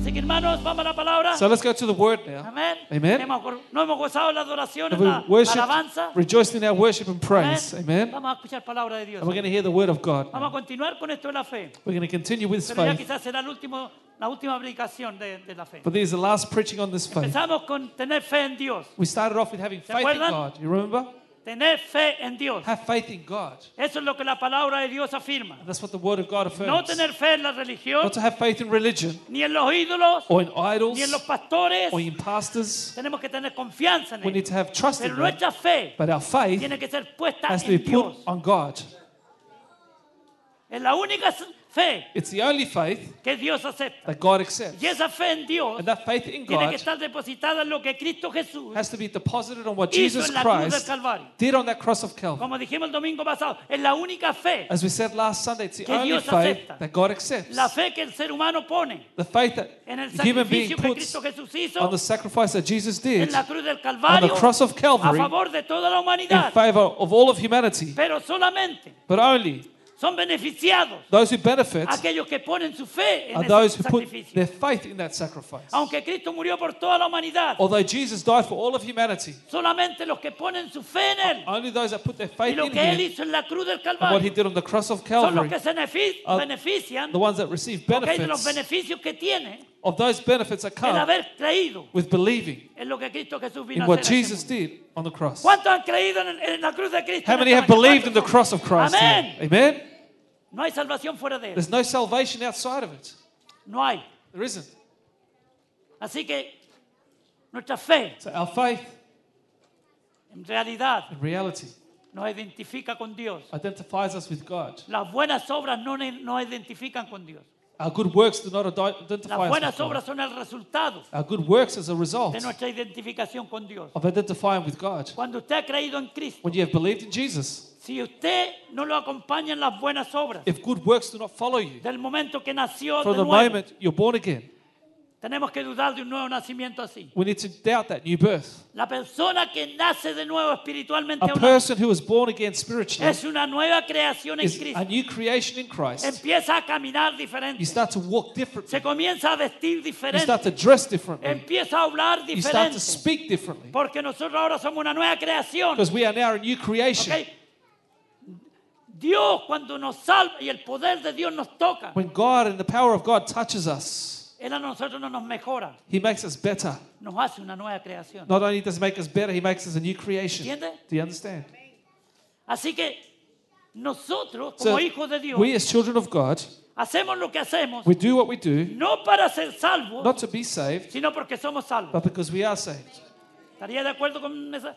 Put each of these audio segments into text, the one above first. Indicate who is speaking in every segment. Speaker 1: Así que hermanos, vamos a la palabra.
Speaker 2: So let's go to the word now.
Speaker 1: Amén.
Speaker 2: Amen.
Speaker 1: Hemos gor- no hemos gozado en la adoración, en la
Speaker 2: We worship,
Speaker 1: alabanza.
Speaker 2: rejoiced in our worship and
Speaker 1: Amén.
Speaker 2: praise. Amen.
Speaker 1: Vamos a escuchar palabra de Dios.
Speaker 2: And we're going to hear the word of God.
Speaker 1: Vamos a continuar con esto de la fe.
Speaker 2: We're going to continue with
Speaker 1: Pero ya
Speaker 2: faith.
Speaker 1: quizás será el último, la última predicación de, de la fe.
Speaker 2: But this is the last preaching on this faith.
Speaker 1: Empezamos con tener fe en Dios.
Speaker 2: We started off with having
Speaker 1: ¿Se
Speaker 2: faith in
Speaker 1: acuerdan?
Speaker 2: God. You remember?
Speaker 1: Tener fe en Dios.
Speaker 2: Have faith in God.
Speaker 1: Eso es lo que la palabra de Dios afirma.
Speaker 2: That's what the word of God
Speaker 1: No
Speaker 2: affirms.
Speaker 1: tener fe en la religión,
Speaker 2: Not to have faith in religion
Speaker 1: ni en los ídolos,
Speaker 2: or in
Speaker 1: ni en los
Speaker 2: idols
Speaker 1: pastores.
Speaker 2: or in pastors.
Speaker 1: Tenemos que tener confianza en
Speaker 2: We need
Speaker 1: ellos.
Speaker 2: to have trust
Speaker 1: Pero
Speaker 2: in God.
Speaker 1: nuestra fe
Speaker 2: But our faith
Speaker 1: tiene que ser puesta
Speaker 2: has to be
Speaker 1: en
Speaker 2: put
Speaker 1: Dios.
Speaker 2: on God.
Speaker 1: Es la única s- fe
Speaker 2: It's the only faith
Speaker 1: que Dios acepta.
Speaker 2: that God accepts.
Speaker 1: Y esa fe en Dios
Speaker 2: And that faith in
Speaker 1: tiene que
Speaker 2: God
Speaker 1: estar depositada en lo que Cristo Jesús,
Speaker 2: has to be deposited on what
Speaker 1: Hizo en
Speaker 2: Jesus
Speaker 1: la cruz del
Speaker 2: Christ
Speaker 1: Calvario.
Speaker 2: did on that cross of Calvary.
Speaker 1: como dijimos el domingo pasado, es la única fe,
Speaker 2: As we said last Sunday, it's the
Speaker 1: Que
Speaker 2: only
Speaker 1: Dios
Speaker 2: faith
Speaker 1: acepta.
Speaker 2: that God accepts.
Speaker 1: la fe que el ser humano pone
Speaker 2: The faith that
Speaker 1: en el
Speaker 2: the human being
Speaker 1: sacrificio que
Speaker 2: puts
Speaker 1: Cristo Jesús
Speaker 2: on
Speaker 1: hizo
Speaker 2: the sacrifice that Jesus did
Speaker 1: en la cruz del
Speaker 2: on the
Speaker 1: Calvario
Speaker 2: cross of
Speaker 1: a
Speaker 2: Calvary
Speaker 1: favor de toda la
Speaker 2: in
Speaker 1: humanidad.
Speaker 2: favor of all of humanity,
Speaker 1: Pero solamente
Speaker 2: but only
Speaker 1: son beneficiados
Speaker 2: those who benefit
Speaker 1: aquellos que ponen su fe en
Speaker 2: are those
Speaker 1: ese
Speaker 2: who put
Speaker 1: sacrificio.
Speaker 2: their faith in that sacrifice.
Speaker 1: Aunque Cristo murió por toda la humanidad,
Speaker 2: Although Jesus died for all of humanity,
Speaker 1: solamente los que ponen su fe en Él
Speaker 2: only those that put their
Speaker 1: y
Speaker 2: faith
Speaker 1: lo
Speaker 2: in
Speaker 1: que Él
Speaker 2: Him
Speaker 1: hizo en la cruz del
Speaker 2: and what He
Speaker 1: Calvario
Speaker 2: did on the cross of
Speaker 1: son los
Speaker 2: Calvary,
Speaker 1: que se benefi-
Speaker 2: are
Speaker 1: benefician
Speaker 2: uh, the ones that receive
Speaker 1: ok, de los
Speaker 2: benefits
Speaker 1: beneficios que tiene
Speaker 2: of those benefits that
Speaker 1: el
Speaker 2: come
Speaker 1: haber creído
Speaker 2: with believing
Speaker 1: en lo que Cristo Jesús vino
Speaker 2: in
Speaker 1: a
Speaker 2: what
Speaker 1: hacer. en
Speaker 2: Jesus
Speaker 1: este mundo.
Speaker 2: did on the cross.
Speaker 1: ¿Cuántos han creído en, en la cruz de Cristo?
Speaker 2: How
Speaker 1: en
Speaker 2: many
Speaker 1: esta
Speaker 2: have
Speaker 1: mañana?
Speaker 2: believed in the cross of Christ?
Speaker 1: Amén.
Speaker 2: here? Amen.
Speaker 1: No hay salvación fuera de él.
Speaker 2: There's no salvation outside of it.
Speaker 1: No hay.
Speaker 2: There isn't.
Speaker 1: Así que nuestra fe
Speaker 2: So our faith
Speaker 1: en realidad
Speaker 2: in reality
Speaker 1: nos identifica con Dios.
Speaker 2: identifies us with God.
Speaker 1: Las buenas obras no ne- nos identifican con Dios.
Speaker 2: Our good works do not adi-
Speaker 1: Las
Speaker 2: identify us
Speaker 1: buenas
Speaker 2: with
Speaker 1: obras
Speaker 2: God.
Speaker 1: son el resultado
Speaker 2: Our good works is a result
Speaker 1: de nuestra identificación con Dios.
Speaker 2: of identifying with God.
Speaker 1: Cuando usted ha creído en Cristo,
Speaker 2: When you have believed in Jesus,
Speaker 1: si usted no lo acompaña en las buenas obras,
Speaker 2: if good works do not follow you,
Speaker 1: del momento que nació
Speaker 2: from
Speaker 1: de
Speaker 2: the
Speaker 1: nuevo,
Speaker 2: moment you're born again,
Speaker 1: tenemos que dudar de un nuevo nacimiento así.
Speaker 2: we need to doubt that new birth.
Speaker 1: La persona que nace de nuevo espiritualmente
Speaker 2: A
Speaker 1: hablando,
Speaker 2: person who is born again spiritually
Speaker 1: es una nueva creación en
Speaker 2: is a
Speaker 1: Cristo.
Speaker 2: new creation in Christ.
Speaker 1: Empieza a caminar
Speaker 2: You
Speaker 1: diferente.
Speaker 2: start to walk differently.
Speaker 1: Se comienza a vestir
Speaker 2: You start
Speaker 1: diferente.
Speaker 2: to dress differently.
Speaker 1: Empieza a hablar
Speaker 2: You start
Speaker 1: diferente.
Speaker 2: to speak differently.
Speaker 1: Porque nosotros ahora somos una nueva creación.
Speaker 2: Because we are now a new creation.
Speaker 1: ¿ok? Dios cuando nos salva y el poder de Dios nos toca,
Speaker 2: When God and the power of God touches us,
Speaker 1: Él a nosotros no nos mejora,
Speaker 2: He makes us better.
Speaker 1: nos hace una nueva creación.
Speaker 2: Not only does He make us better, He makes us a new creation.
Speaker 1: ¿Entiende?
Speaker 2: Do you understand?
Speaker 1: Así que nosotros
Speaker 2: So,
Speaker 1: como hijos de Dios
Speaker 2: we as children of God,
Speaker 1: hacemos lo que hacemos
Speaker 2: we do what we do,
Speaker 1: no para ser salvos,
Speaker 2: not to be saved,
Speaker 1: sino porque somos salvos.
Speaker 2: but because we are saved.
Speaker 1: ¿Estaría de acuerdo con esa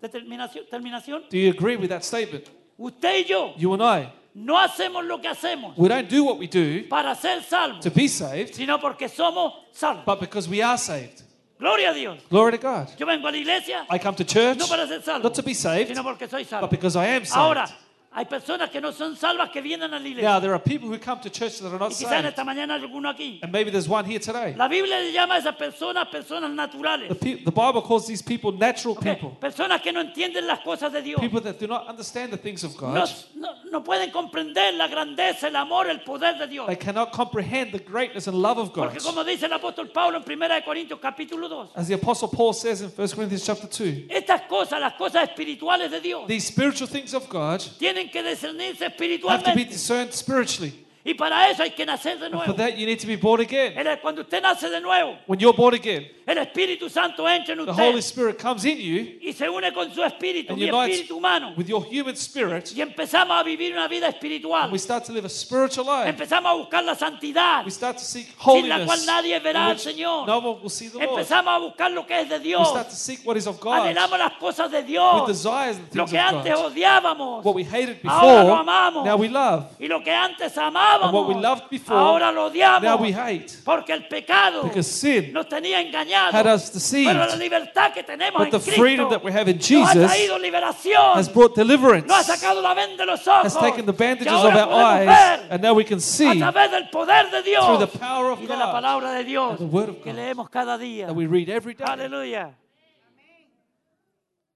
Speaker 1: determinación? terminación?
Speaker 2: Do you agree with that statement?
Speaker 1: Usted y yo
Speaker 2: You and I,
Speaker 1: no hacemos lo que hacemos
Speaker 2: we don't do what we do
Speaker 1: para ser salvos,
Speaker 2: to be saved,
Speaker 1: sino porque somos salvos.
Speaker 2: but because we are saved.
Speaker 1: Gloria a Dios.
Speaker 2: Glory to God.
Speaker 1: Yo vengo a la iglesia
Speaker 2: I come to church
Speaker 1: no para ser salvo,
Speaker 2: not to be saved,
Speaker 1: sino porque soy salvo.
Speaker 2: but because I am saved.
Speaker 1: Ahora, hay personas que no son salvas que vienen a la iglesia.
Speaker 2: Now, there are people who come to church that are
Speaker 1: Y
Speaker 2: not
Speaker 1: quizás en
Speaker 2: saved,
Speaker 1: esta mañana alguno aquí.
Speaker 2: and maybe there's one here today.
Speaker 1: La Biblia le llama a esas personas personas naturales.
Speaker 2: The, pe- the Bible calls these people natural
Speaker 1: Ok,
Speaker 2: people,
Speaker 1: Personas que no entienden las cosas de Dios.
Speaker 2: people that do not understand the things of
Speaker 1: No,
Speaker 2: God.
Speaker 1: no- no pueden comprender la grandeza, el amor, el poder de Dios.
Speaker 2: They cannot comprehend the greatness and love of God.
Speaker 1: Porque como dice el apóstol Pablo en 1 de Corintios capítulo 2,
Speaker 2: As the Apostle Paul says in 1 Corinthians chapter 2,
Speaker 1: estas cosas, las cosas espirituales de Dios,
Speaker 2: these spiritual things of God
Speaker 1: tienen que discernirse
Speaker 2: have to be
Speaker 1: espiritualmente.
Speaker 2: discerned spiritually.
Speaker 1: Y para eso hay que nacer de
Speaker 2: And for
Speaker 1: nuevo.
Speaker 2: that, you need to be born again.
Speaker 1: Él- Cuando usted nace de nuevo,
Speaker 2: When you're born again,
Speaker 1: el Espíritu Santo entra en
Speaker 2: the Holy
Speaker 1: usted
Speaker 2: Spirit comes in you
Speaker 1: y se une con su espíritu,
Speaker 2: and
Speaker 1: mi
Speaker 2: unites
Speaker 1: espíritu humano.
Speaker 2: with your human spirit.
Speaker 1: Y empezamos a vivir una vida espiritual.
Speaker 2: We start to live a spiritual life.
Speaker 1: Empezamos a buscar la santidad.
Speaker 2: We start to seek
Speaker 1: Sin la cual
Speaker 2: holiness.
Speaker 1: nadie verá
Speaker 2: in
Speaker 1: al
Speaker 2: which
Speaker 1: Señor.
Speaker 2: No one will see the Lord.
Speaker 1: Empezamos a buscar lo que es de
Speaker 2: We start
Speaker 1: Dios.
Speaker 2: to seek what is of God.
Speaker 1: Anhelamos las cosas de
Speaker 2: We
Speaker 1: Dios.
Speaker 2: desire the
Speaker 1: Lo
Speaker 2: things
Speaker 1: que
Speaker 2: of
Speaker 1: antes
Speaker 2: God.
Speaker 1: odiábamos.
Speaker 2: What we hated
Speaker 1: Ahora lo
Speaker 2: before,
Speaker 1: amamos.
Speaker 2: now we love.
Speaker 1: Y lo que antes
Speaker 2: And what we
Speaker 1: amábamos,
Speaker 2: loved before,
Speaker 1: ahora lo odiamos.
Speaker 2: now we hate.
Speaker 1: Porque el pecado
Speaker 2: Because sin
Speaker 1: nos tenía engañados.
Speaker 2: had us
Speaker 1: Pero la
Speaker 2: deceived.
Speaker 1: libertad que tenemos
Speaker 2: But
Speaker 1: en
Speaker 2: the freedom
Speaker 1: Cristo
Speaker 2: that that we have in
Speaker 1: Nos ha
Speaker 2: Jesus
Speaker 1: traído liberación.
Speaker 2: has brought deliverance,
Speaker 1: Nos ha sacado la venda de los ojos.
Speaker 2: has taken the bandages
Speaker 1: que
Speaker 2: of
Speaker 1: ahora
Speaker 2: our
Speaker 1: podemos
Speaker 2: eyes,
Speaker 1: ver
Speaker 2: and now we can
Speaker 1: a
Speaker 2: see
Speaker 1: través del poder de Dios
Speaker 2: through the power of
Speaker 1: y de la
Speaker 2: God
Speaker 1: palabra de Dios
Speaker 2: the word of
Speaker 1: que
Speaker 2: God
Speaker 1: leemos cada día.
Speaker 2: that we read every day.
Speaker 1: Aleluya.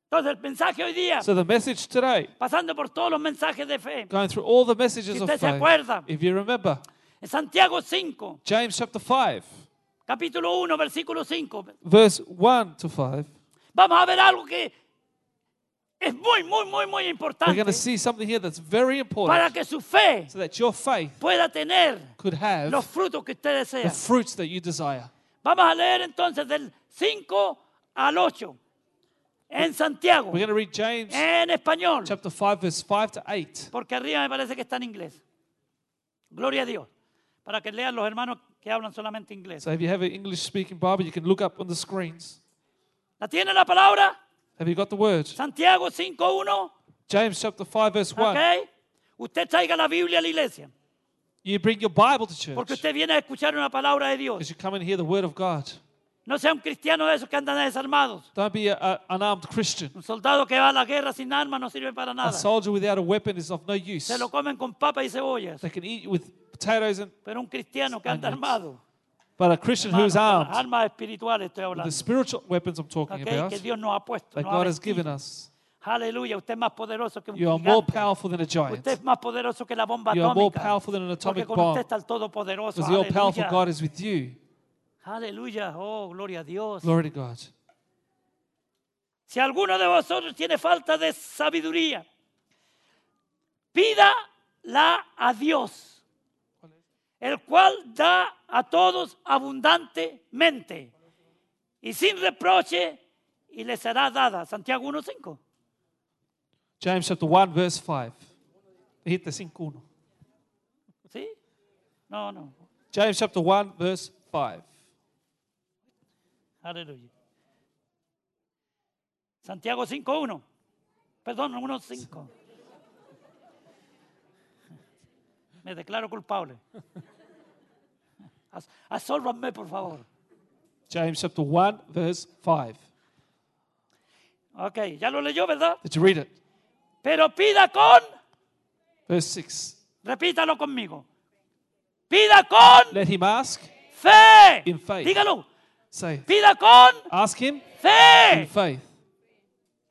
Speaker 1: Entonces el mensaje hoy día,
Speaker 2: So the message today,
Speaker 1: pasando por todos los mensajes de fe,
Speaker 2: going through all the messages
Speaker 1: Si
Speaker 2: of
Speaker 1: usted se
Speaker 2: faith,
Speaker 1: acuerda.
Speaker 2: if you remember,
Speaker 1: en Santiago 5,
Speaker 2: James chapter 5,
Speaker 1: capítulo 1, versículo 5,
Speaker 2: verse 1 to 5,
Speaker 1: vamos a ver algo que es muy, muy, muy, muy
Speaker 2: we're going
Speaker 1: importante
Speaker 2: to see something here that's very
Speaker 1: para
Speaker 2: important
Speaker 1: que su fe
Speaker 2: so that your faith
Speaker 1: pueda tener
Speaker 2: could have
Speaker 1: los frutos que usted
Speaker 2: the
Speaker 1: desea.
Speaker 2: fruits that you desire.
Speaker 1: Vamos a leer entonces del 5 al 8 en Santiago,
Speaker 2: We're going to read James
Speaker 1: en español,
Speaker 2: chapter 5, verse 5 to 8.
Speaker 1: porque arriba me parece que está en inglés. Gloria a Dios, para que lean los hermanos que hablan solamente inglés.
Speaker 2: So if you have an English speaking Bible, you can look up on the screens.
Speaker 1: ¿La tiene la palabra?
Speaker 2: Have you got the word?
Speaker 1: Santiago 5.1,
Speaker 2: James chapter 5, verse 1.
Speaker 1: ¿ok? Usted traiga la Biblia a la iglesia,
Speaker 2: You bring your Bible to church
Speaker 1: porque usted viene a escuchar una palabra de Dios.
Speaker 2: as you come and hear the word of God.
Speaker 1: No sea un cristiano de esos que andan desarmados.
Speaker 2: Don't be a, a- unarmed Christian.
Speaker 1: Un soldado que va a la guerra sin armas no sirve para
Speaker 2: A
Speaker 1: nada.
Speaker 2: soldier without a weapon is of no use.
Speaker 1: Se lo comen con papa y cebollas.
Speaker 2: They can eat you with potatoes, and,
Speaker 1: Pero un cristiano que anda armado.
Speaker 2: but a Christian
Speaker 1: Hermanos,
Speaker 2: who's
Speaker 1: con las
Speaker 2: armed,
Speaker 1: armas espirituales estoy
Speaker 2: the
Speaker 1: hablando.
Speaker 2: spiritual weapons I'm talking
Speaker 1: ¿ok?
Speaker 2: about,
Speaker 1: Que
Speaker 2: that
Speaker 1: Dios nos ha puesto. nos ha
Speaker 2: God has
Speaker 1: vestido.
Speaker 2: given us,
Speaker 1: Aleluya, usted es más poderoso que un
Speaker 2: you are more
Speaker 1: gigante.
Speaker 2: powerful than a giant.
Speaker 1: Usted es más poderoso que la bomba
Speaker 2: You are more
Speaker 1: atómica.
Speaker 2: powerful than an
Speaker 1: Porque
Speaker 2: atomic
Speaker 1: con usted
Speaker 2: bomb.
Speaker 1: está el todopoderoso.
Speaker 2: Because the all powerful
Speaker 1: Aleluya.
Speaker 2: God is with you.
Speaker 1: Aleluya, oh, gloria a Dios.
Speaker 2: Glory to God.
Speaker 1: Si alguno de vosotros tiene falta de sabiduría, pídala a Dios, el cual da a todos abundantemente y sin reproche y le será dada. Santiago 1.5.
Speaker 2: James chapter 1, verse 5. Dijiste 5:1.
Speaker 1: ¿Sí? No, no.
Speaker 2: James chapter 1, verse 5.
Speaker 1: Aleluya. Santiago 5.1. Perdón, 1.5. Me declaro culpable. As- Absórbanme, por favor.
Speaker 2: James chapter 1, verse 5.
Speaker 1: Ok, ya lo leyó, ¿verdad?
Speaker 2: Did you read it?
Speaker 1: Pero pida con,
Speaker 2: Verse 6.
Speaker 1: repítalo conmigo. Pida con
Speaker 2: Let him ask,
Speaker 1: fe.
Speaker 2: In faith.
Speaker 1: Dígalo.
Speaker 2: say,
Speaker 1: Pida con
Speaker 2: ask him in
Speaker 1: fe.
Speaker 2: faith.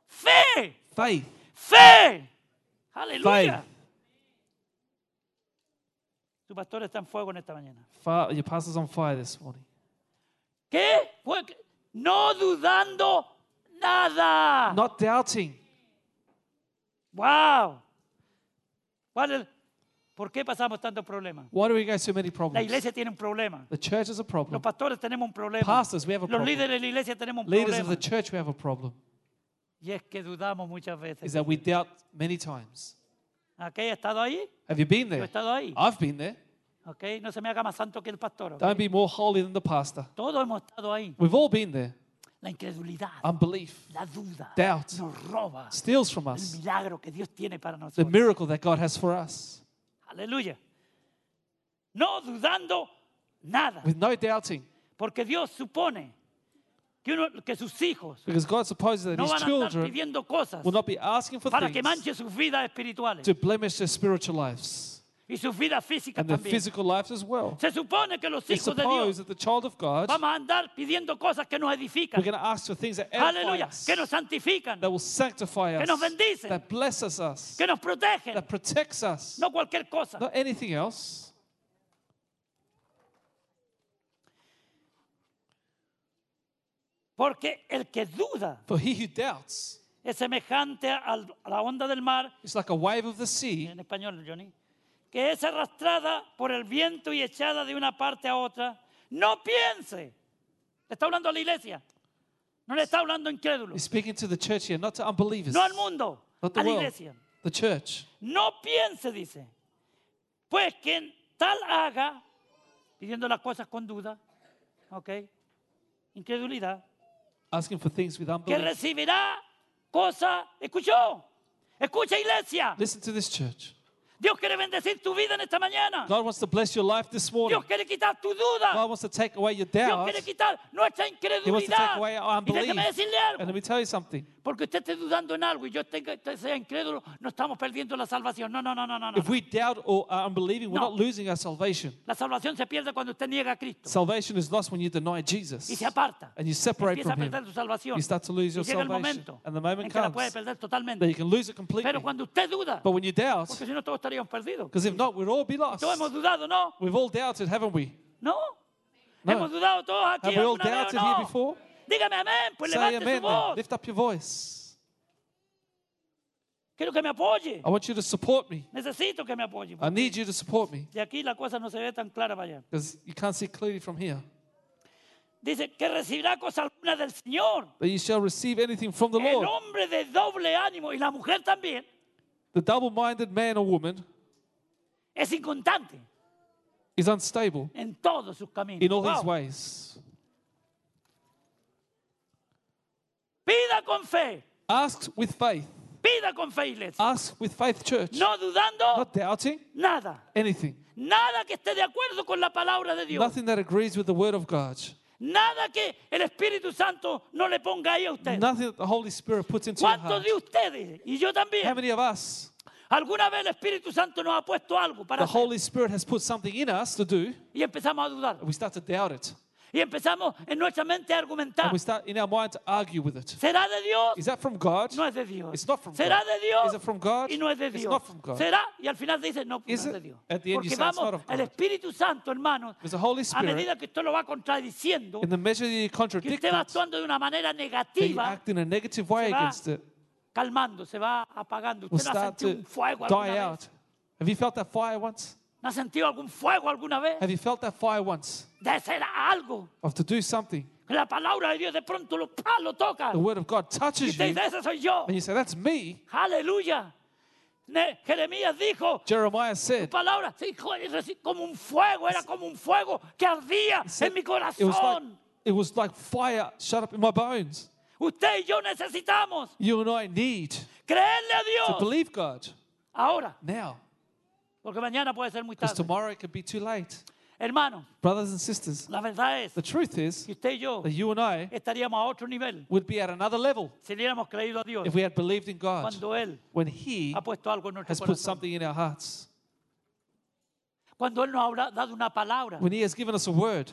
Speaker 1: Fe.
Speaker 2: Faith.
Speaker 1: Fe.
Speaker 2: Faith.
Speaker 1: Aleluya. Tu pastor está en fuego en esta mañana.
Speaker 2: Fi- your pastor's on fire this morning.
Speaker 1: ¿Qué? Fue- No dudando nada.
Speaker 2: Not doubting.
Speaker 1: Wow. ¿Cuál es- ¿Por qué pasamos tantos problemas?
Speaker 2: Why do we go so many
Speaker 1: La
Speaker 2: problems?
Speaker 1: iglesia tiene un problema.
Speaker 2: The church is a
Speaker 1: Los
Speaker 2: problem.
Speaker 1: pastores tenemos un problema.
Speaker 2: Pastors, we have a
Speaker 1: Los
Speaker 2: problem.
Speaker 1: líderes de la iglesia tenemos un
Speaker 2: Leaders of
Speaker 1: problema.
Speaker 2: the church, we have a problem.
Speaker 1: Y es que dudamos muchas veces.
Speaker 2: Is that we doubt many times.
Speaker 1: ¿Ok? ¿He estado ahí?
Speaker 2: Have you been
Speaker 1: Yo he
Speaker 2: there?
Speaker 1: estado ahí.
Speaker 2: I've been there.
Speaker 1: ¿Ok? No se me haga más santo que el pastor. ¿ok?
Speaker 2: Don't be more holy than the pastor.
Speaker 1: Todos hemos estado ahí.
Speaker 2: We've all been there.
Speaker 1: La incredulidad,
Speaker 2: Unbelief
Speaker 1: la duda,
Speaker 2: Ah. doubt
Speaker 1: nos roba
Speaker 2: steals from
Speaker 1: el
Speaker 2: us
Speaker 1: milagro que Dios tiene para
Speaker 2: the
Speaker 1: nosotros.
Speaker 2: miracle that God has for us.
Speaker 1: Aleluya. No dudando nada,
Speaker 2: With no doubting,
Speaker 1: porque Dios supone que, uno- que sus hijos
Speaker 2: because God supposes that
Speaker 1: no
Speaker 2: His
Speaker 1: van a andar
Speaker 2: children
Speaker 1: pidiendo cosas
Speaker 2: will not be asking for
Speaker 1: para que
Speaker 2: things
Speaker 1: manche sus vidas espirituales
Speaker 2: to blemish their spiritual lives
Speaker 1: y sus vidas físicas
Speaker 2: and their
Speaker 1: también.
Speaker 2: physical lives as well.
Speaker 1: Se supone que los
Speaker 2: It's
Speaker 1: hijos de Dios
Speaker 2: supposed that the child of God,
Speaker 1: vamos a andar pidiendo cosas que nos
Speaker 2: we're
Speaker 1: edifican.
Speaker 2: going to ask for things that edify
Speaker 1: Aleluya.
Speaker 2: us,
Speaker 1: Que nos santifican,
Speaker 2: that will sanctify
Speaker 1: que nos
Speaker 2: us,
Speaker 1: bendicen.
Speaker 2: that blesses us,
Speaker 1: que nos protegen.
Speaker 2: that protects us,
Speaker 1: No cualquier cosa.
Speaker 2: not anything else.
Speaker 1: Porque el que duda
Speaker 2: For he who doubts
Speaker 1: es semejante al- a la onda del mar
Speaker 2: is like a wave of the sea
Speaker 1: en español, Johnny, que es arrastrada por el viento y echada de una parte a otra, no piense. Le está hablando a la iglesia. No le está hablando a incrédulos.
Speaker 2: He's speaking to the church here, not to unbelievers,
Speaker 1: No al mundo,
Speaker 2: not the
Speaker 1: a la
Speaker 2: world,
Speaker 1: iglesia.
Speaker 2: the church.
Speaker 1: No piense, dice. Pues quien tal haga, pidiendo las cosas con duda, ¿ok? Incredulidad,
Speaker 2: Asking for things with
Speaker 1: que
Speaker 2: unbelief.
Speaker 1: recibirá cosa, escuchó, escucha iglesia,
Speaker 2: Listen to this church.
Speaker 1: Dios quiere bendecir tu vida en esta mañana.
Speaker 2: God wants to bless your life this morning.
Speaker 1: Dios quiere quitar tu duda.
Speaker 2: God wants to take away your
Speaker 1: Dios
Speaker 2: doubt.
Speaker 1: quiere quitar nuestra
Speaker 2: He wants to take
Speaker 1: incredulidad.
Speaker 2: away our
Speaker 1: Y
Speaker 2: unbelief.
Speaker 1: déjame decirle
Speaker 2: And
Speaker 1: algo.
Speaker 2: let me tell you something.
Speaker 1: Porque usted esté dudando en algo y yo tenga- usted sea incrédulo, no estamos perdiendo la salvación. No, no, no, no, no. no.
Speaker 2: If we doubt or are unbelieving, we're
Speaker 1: No.
Speaker 2: not losing our salvation.
Speaker 1: La salvación se pierde cuando usted niega a Cristo
Speaker 2: Salvation is lost when you deny Jesus
Speaker 1: y se aparta.
Speaker 2: and you separate
Speaker 1: Empieza a
Speaker 2: from
Speaker 1: perder
Speaker 2: Him.
Speaker 1: tu salvación.
Speaker 2: You start to lose
Speaker 1: y
Speaker 2: your
Speaker 1: llega el
Speaker 2: salvation.
Speaker 1: momento
Speaker 2: And the moment
Speaker 1: en que la
Speaker 2: comes
Speaker 1: puede perder
Speaker 2: that you
Speaker 1: totalmente.
Speaker 2: can lose it completely.
Speaker 1: Pero cuando usted duda,
Speaker 2: But when you doubt,
Speaker 1: porque si no todos estaríamos perdidos.
Speaker 2: because if not, we'd all be lost.
Speaker 1: Todos hemos dudado, ¿no?
Speaker 2: We've all doubted, haven't we?
Speaker 1: No.
Speaker 2: No.
Speaker 1: Hemos dudado todos aquí.
Speaker 2: Have we all
Speaker 1: alguna vez o
Speaker 2: doubted
Speaker 1: no?
Speaker 2: here before?
Speaker 1: Dígame amén, pues
Speaker 2: Say
Speaker 1: levante
Speaker 2: amen.
Speaker 1: su
Speaker 2: then.
Speaker 1: voz.
Speaker 2: Lift up your voice.
Speaker 1: Quiero que me apoye.
Speaker 2: I want you to support me.
Speaker 1: Necesito que me apoye.
Speaker 2: Oh. I need you to support me
Speaker 1: De aquí la cosa no se ve tan clara para allá.
Speaker 2: because you can't see clearly from here.
Speaker 1: Dice que recibirá cosa alguna del Señor.
Speaker 2: But you shall receive anything from the
Speaker 1: El
Speaker 2: Lord.
Speaker 1: hombre de doble ánimo y la mujer también
Speaker 2: The double minded man or woman
Speaker 1: es inconstante
Speaker 2: is unstable
Speaker 1: en todos sus caminos.
Speaker 2: in all his
Speaker 1: Wow.
Speaker 2: ways.
Speaker 1: Pida con fe.
Speaker 2: Ask with faith.
Speaker 1: Pida con fe, iglesia.
Speaker 2: Ask with faith, church.
Speaker 1: No dudando
Speaker 2: Not doubting
Speaker 1: nada.
Speaker 2: anything.
Speaker 1: Nada que esté de acuerdo con la palabra de Dios.
Speaker 2: Nothing that agrees with the word of God.
Speaker 1: Nada que el Espíritu Santo no le ponga ahí a usted.
Speaker 2: Nothing that the Holy Spirit puts into your
Speaker 1: ¿Cuántos
Speaker 2: heart.
Speaker 1: de ustedes y yo
Speaker 2: How
Speaker 1: también
Speaker 2: many of us,
Speaker 1: alguna vez el Espíritu Santo nos ha puesto algo para
Speaker 2: the
Speaker 1: hacer
Speaker 2: Holy Spirit has put something in us to do,
Speaker 1: y empezamos a dudar
Speaker 2: and we start to doubt it?
Speaker 1: y empezamos en nuestra mente a argumentar?
Speaker 2: And we start in our mind to argue with it.
Speaker 1: ¿Será de Dios?
Speaker 2: Is that from God?
Speaker 1: No es de Dios.
Speaker 2: It's not from
Speaker 1: ¿Será
Speaker 2: God.
Speaker 1: de Dios?
Speaker 2: Is it from God?
Speaker 1: Y no es de
Speaker 2: It's
Speaker 1: Dios.
Speaker 2: not from God.
Speaker 1: ¿Será? Y al final dice, no, no
Speaker 2: Is
Speaker 1: es
Speaker 2: it?
Speaker 1: de Dios.
Speaker 2: At the end you
Speaker 1: Porque
Speaker 2: say,
Speaker 1: vamos,
Speaker 2: it's not of
Speaker 1: el
Speaker 2: God.
Speaker 1: Espíritu Santo, hermano,
Speaker 2: Because the Holy
Speaker 1: a
Speaker 2: Spirit,
Speaker 1: medida que usted lo va contradiciendo,
Speaker 2: in the measure that you
Speaker 1: que
Speaker 2: contradict
Speaker 1: usted va
Speaker 2: it,
Speaker 1: actuando de una manera
Speaker 2: that you
Speaker 1: negativa,
Speaker 2: act in a negative way
Speaker 1: se va-
Speaker 2: against it,
Speaker 1: calmando, se va apagando.
Speaker 2: will
Speaker 1: ¿Usted no ha
Speaker 2: start
Speaker 1: sentido
Speaker 2: to
Speaker 1: un fuego
Speaker 2: die
Speaker 1: alguna
Speaker 2: out.
Speaker 1: vez?
Speaker 2: Have you felt that fire once?
Speaker 1: ¿No ha sentido algún fuego alguna vez?
Speaker 2: Have you felt that fire once
Speaker 1: De hacer algo.
Speaker 2: of to do something?
Speaker 1: que La palabra de Dios de pronto lo, ¡pa! lo toca.
Speaker 2: The word of God
Speaker 1: Y
Speaker 2: touches
Speaker 1: usted
Speaker 2: you,
Speaker 1: dice,
Speaker 2: and
Speaker 1: ese soy yo.
Speaker 2: you say, "That's me."
Speaker 1: Aleluya. Ne- Jeremías dijo,
Speaker 2: Jeremiah said,
Speaker 1: palabra, sí, co- es así, como un fuego, era como un fuego que ardía
Speaker 2: said,
Speaker 1: en mi
Speaker 2: it was like
Speaker 1: corazón.
Speaker 2: it was like fire shut up in my bones.
Speaker 1: Usted y yo necesitamos
Speaker 2: You and I need
Speaker 1: creerle a
Speaker 2: to
Speaker 1: Dios
Speaker 2: believe God
Speaker 1: ahora,
Speaker 2: now,
Speaker 1: porque mañana puede ser muy
Speaker 2: because
Speaker 1: tarde.
Speaker 2: tomorrow it could be too late.
Speaker 1: Hermano,
Speaker 2: Brothers and sisters,
Speaker 1: la verdad es
Speaker 2: the truth is
Speaker 1: que usted y yo
Speaker 2: that you and I
Speaker 1: estaríamos a otro nivel
Speaker 2: would be at another level
Speaker 1: si le hubiéramos creído a Dios
Speaker 2: if we had believed in God
Speaker 1: cuando Él
Speaker 2: when He
Speaker 1: ha puesto algo en nuestro
Speaker 2: has put
Speaker 1: corazón,
Speaker 2: something in our hearts,
Speaker 1: cuando Él nos habrá dado una palabra
Speaker 2: when He has given us a word,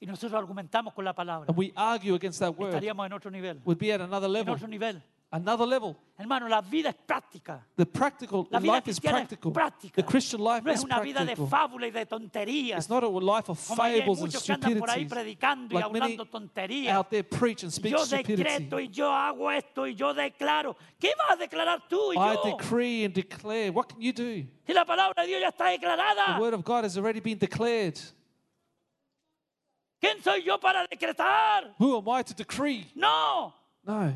Speaker 1: y nosotros argumentamos con la palabra,
Speaker 2: and we argue against that word,
Speaker 1: estaríamos en otro nivel,
Speaker 2: would be at another
Speaker 1: en
Speaker 2: level.
Speaker 1: otro nivel.
Speaker 2: Another level.
Speaker 1: Hermano, la vida es práctica.
Speaker 2: The practical
Speaker 1: La vida
Speaker 2: life is
Speaker 1: cristiana es
Speaker 2: practical.
Speaker 1: práctica.
Speaker 2: The Christian life
Speaker 1: No es
Speaker 2: is
Speaker 1: una vida de
Speaker 2: practical.
Speaker 1: fábula y de tonterías.
Speaker 2: It's not a life of
Speaker 1: Como hay
Speaker 2: fables and
Speaker 1: muchos que andan por ahí
Speaker 2: stupidities.
Speaker 1: predicando y
Speaker 2: Like many
Speaker 1: hablando tonterías.
Speaker 2: out there preach and speak
Speaker 1: Yo
Speaker 2: stupidity.
Speaker 1: decreto y yo hago esto y yo declaro. ¿Qué vas a declarar tú y
Speaker 2: I
Speaker 1: yo?
Speaker 2: decree and declare. What can you do?
Speaker 1: Si la palabra de Dios ya está
Speaker 2: The
Speaker 1: declarada.
Speaker 2: word of God has already been declared.
Speaker 1: ¿Quién soy yo para decretar?
Speaker 2: Who am I to decree?
Speaker 1: No.
Speaker 2: No.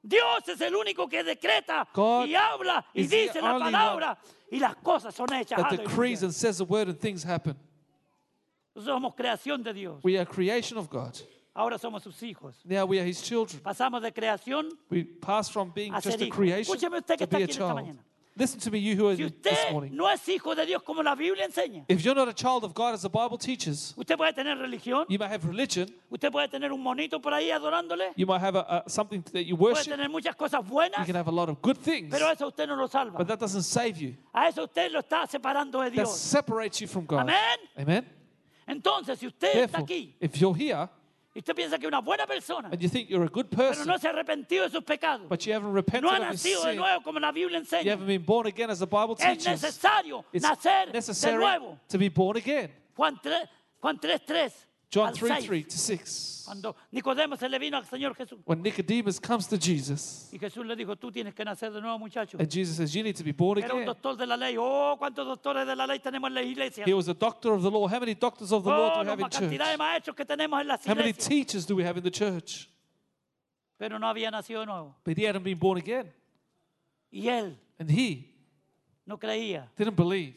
Speaker 1: Dios es el único que decreta
Speaker 2: God
Speaker 1: y habla y
Speaker 2: is the
Speaker 1: dice la
Speaker 2: only one
Speaker 1: palabra y las cosas son hechas.
Speaker 2: That
Speaker 1: Aleluya.
Speaker 2: decrees and says the word and things happen.
Speaker 1: Somos creación de Dios.
Speaker 2: We are creation of God.
Speaker 1: Ahora somos sus hijos.
Speaker 2: Now we are his children.
Speaker 1: Pasamos de creación
Speaker 2: We pass from being
Speaker 1: A
Speaker 2: just
Speaker 1: ser
Speaker 2: a
Speaker 1: hijo.
Speaker 2: creation
Speaker 1: Escúcheme usted que
Speaker 2: to
Speaker 1: está
Speaker 2: be a
Speaker 1: aquí en esta
Speaker 2: child.
Speaker 1: mañana.
Speaker 2: Listen to me, you who are
Speaker 1: Si
Speaker 2: this
Speaker 1: usted
Speaker 2: morning.
Speaker 1: no es hijo de Dios como la Biblia enseña,
Speaker 2: If you're not a child of God, as the Bible teaches,
Speaker 1: usted puede tener religión,
Speaker 2: you may have religion,
Speaker 1: usted puede tener un monito por ahí adorándole,
Speaker 2: you might have a, a, something that you
Speaker 1: puede
Speaker 2: worship,
Speaker 1: tener muchas cosas
Speaker 2: you
Speaker 1: buenas,
Speaker 2: can have a lot of good things,
Speaker 1: pero eso a usted no lo salva.
Speaker 2: but that doesn't save you.
Speaker 1: A eso usted lo está separando de
Speaker 2: That
Speaker 1: Dios.
Speaker 2: separates you from God.
Speaker 1: Amén.
Speaker 2: Amen.
Speaker 1: Entonces, si usted está
Speaker 2: Therefore,
Speaker 1: aquí
Speaker 2: if you're here
Speaker 1: y usted piensa que es una buena persona,
Speaker 2: and you think you're a good
Speaker 1: pero
Speaker 2: person,
Speaker 1: no se ha arrepentido de sus pecados,
Speaker 2: but you haven't repented
Speaker 1: no ha
Speaker 2: of your
Speaker 1: nacido de
Speaker 2: sin,
Speaker 1: nuevo como la Biblia
Speaker 2: you
Speaker 1: enseña,
Speaker 2: haven't been born again, as the Bible
Speaker 1: es
Speaker 2: teaches,
Speaker 1: necesario
Speaker 2: it's
Speaker 1: nacer de
Speaker 2: necessary
Speaker 1: nuevo.
Speaker 2: to be born again.
Speaker 1: Juan 3, Juan 3, 3
Speaker 2: John
Speaker 1: al
Speaker 2: 3
Speaker 1: 6,
Speaker 2: 3 to 6.
Speaker 1: Cuando Nicodemo se le vino al Señor Jesús.
Speaker 2: When Nicodemus comes to Jesus,
Speaker 1: Y Jesús le dijo, tú tienes que nacer de nuevo, muchacho.
Speaker 2: and Jesus says, You need to be born
Speaker 1: Era un
Speaker 2: again.
Speaker 1: doctor de la ley. Oh, cuántos doctores de la ley tenemos en la iglesia.
Speaker 2: He was a doctor of the law. How many doctors of the law do
Speaker 1: Oh,
Speaker 2: we
Speaker 1: la
Speaker 2: have in church?
Speaker 1: cantidad de maestros que tenemos en las
Speaker 2: How many
Speaker 1: iglesias.
Speaker 2: teachers do we have in the church?
Speaker 1: Pero no había nacido de nuevo.
Speaker 2: But he hadn't been born again.
Speaker 1: Y él
Speaker 2: And he
Speaker 1: no creía
Speaker 2: didn't believe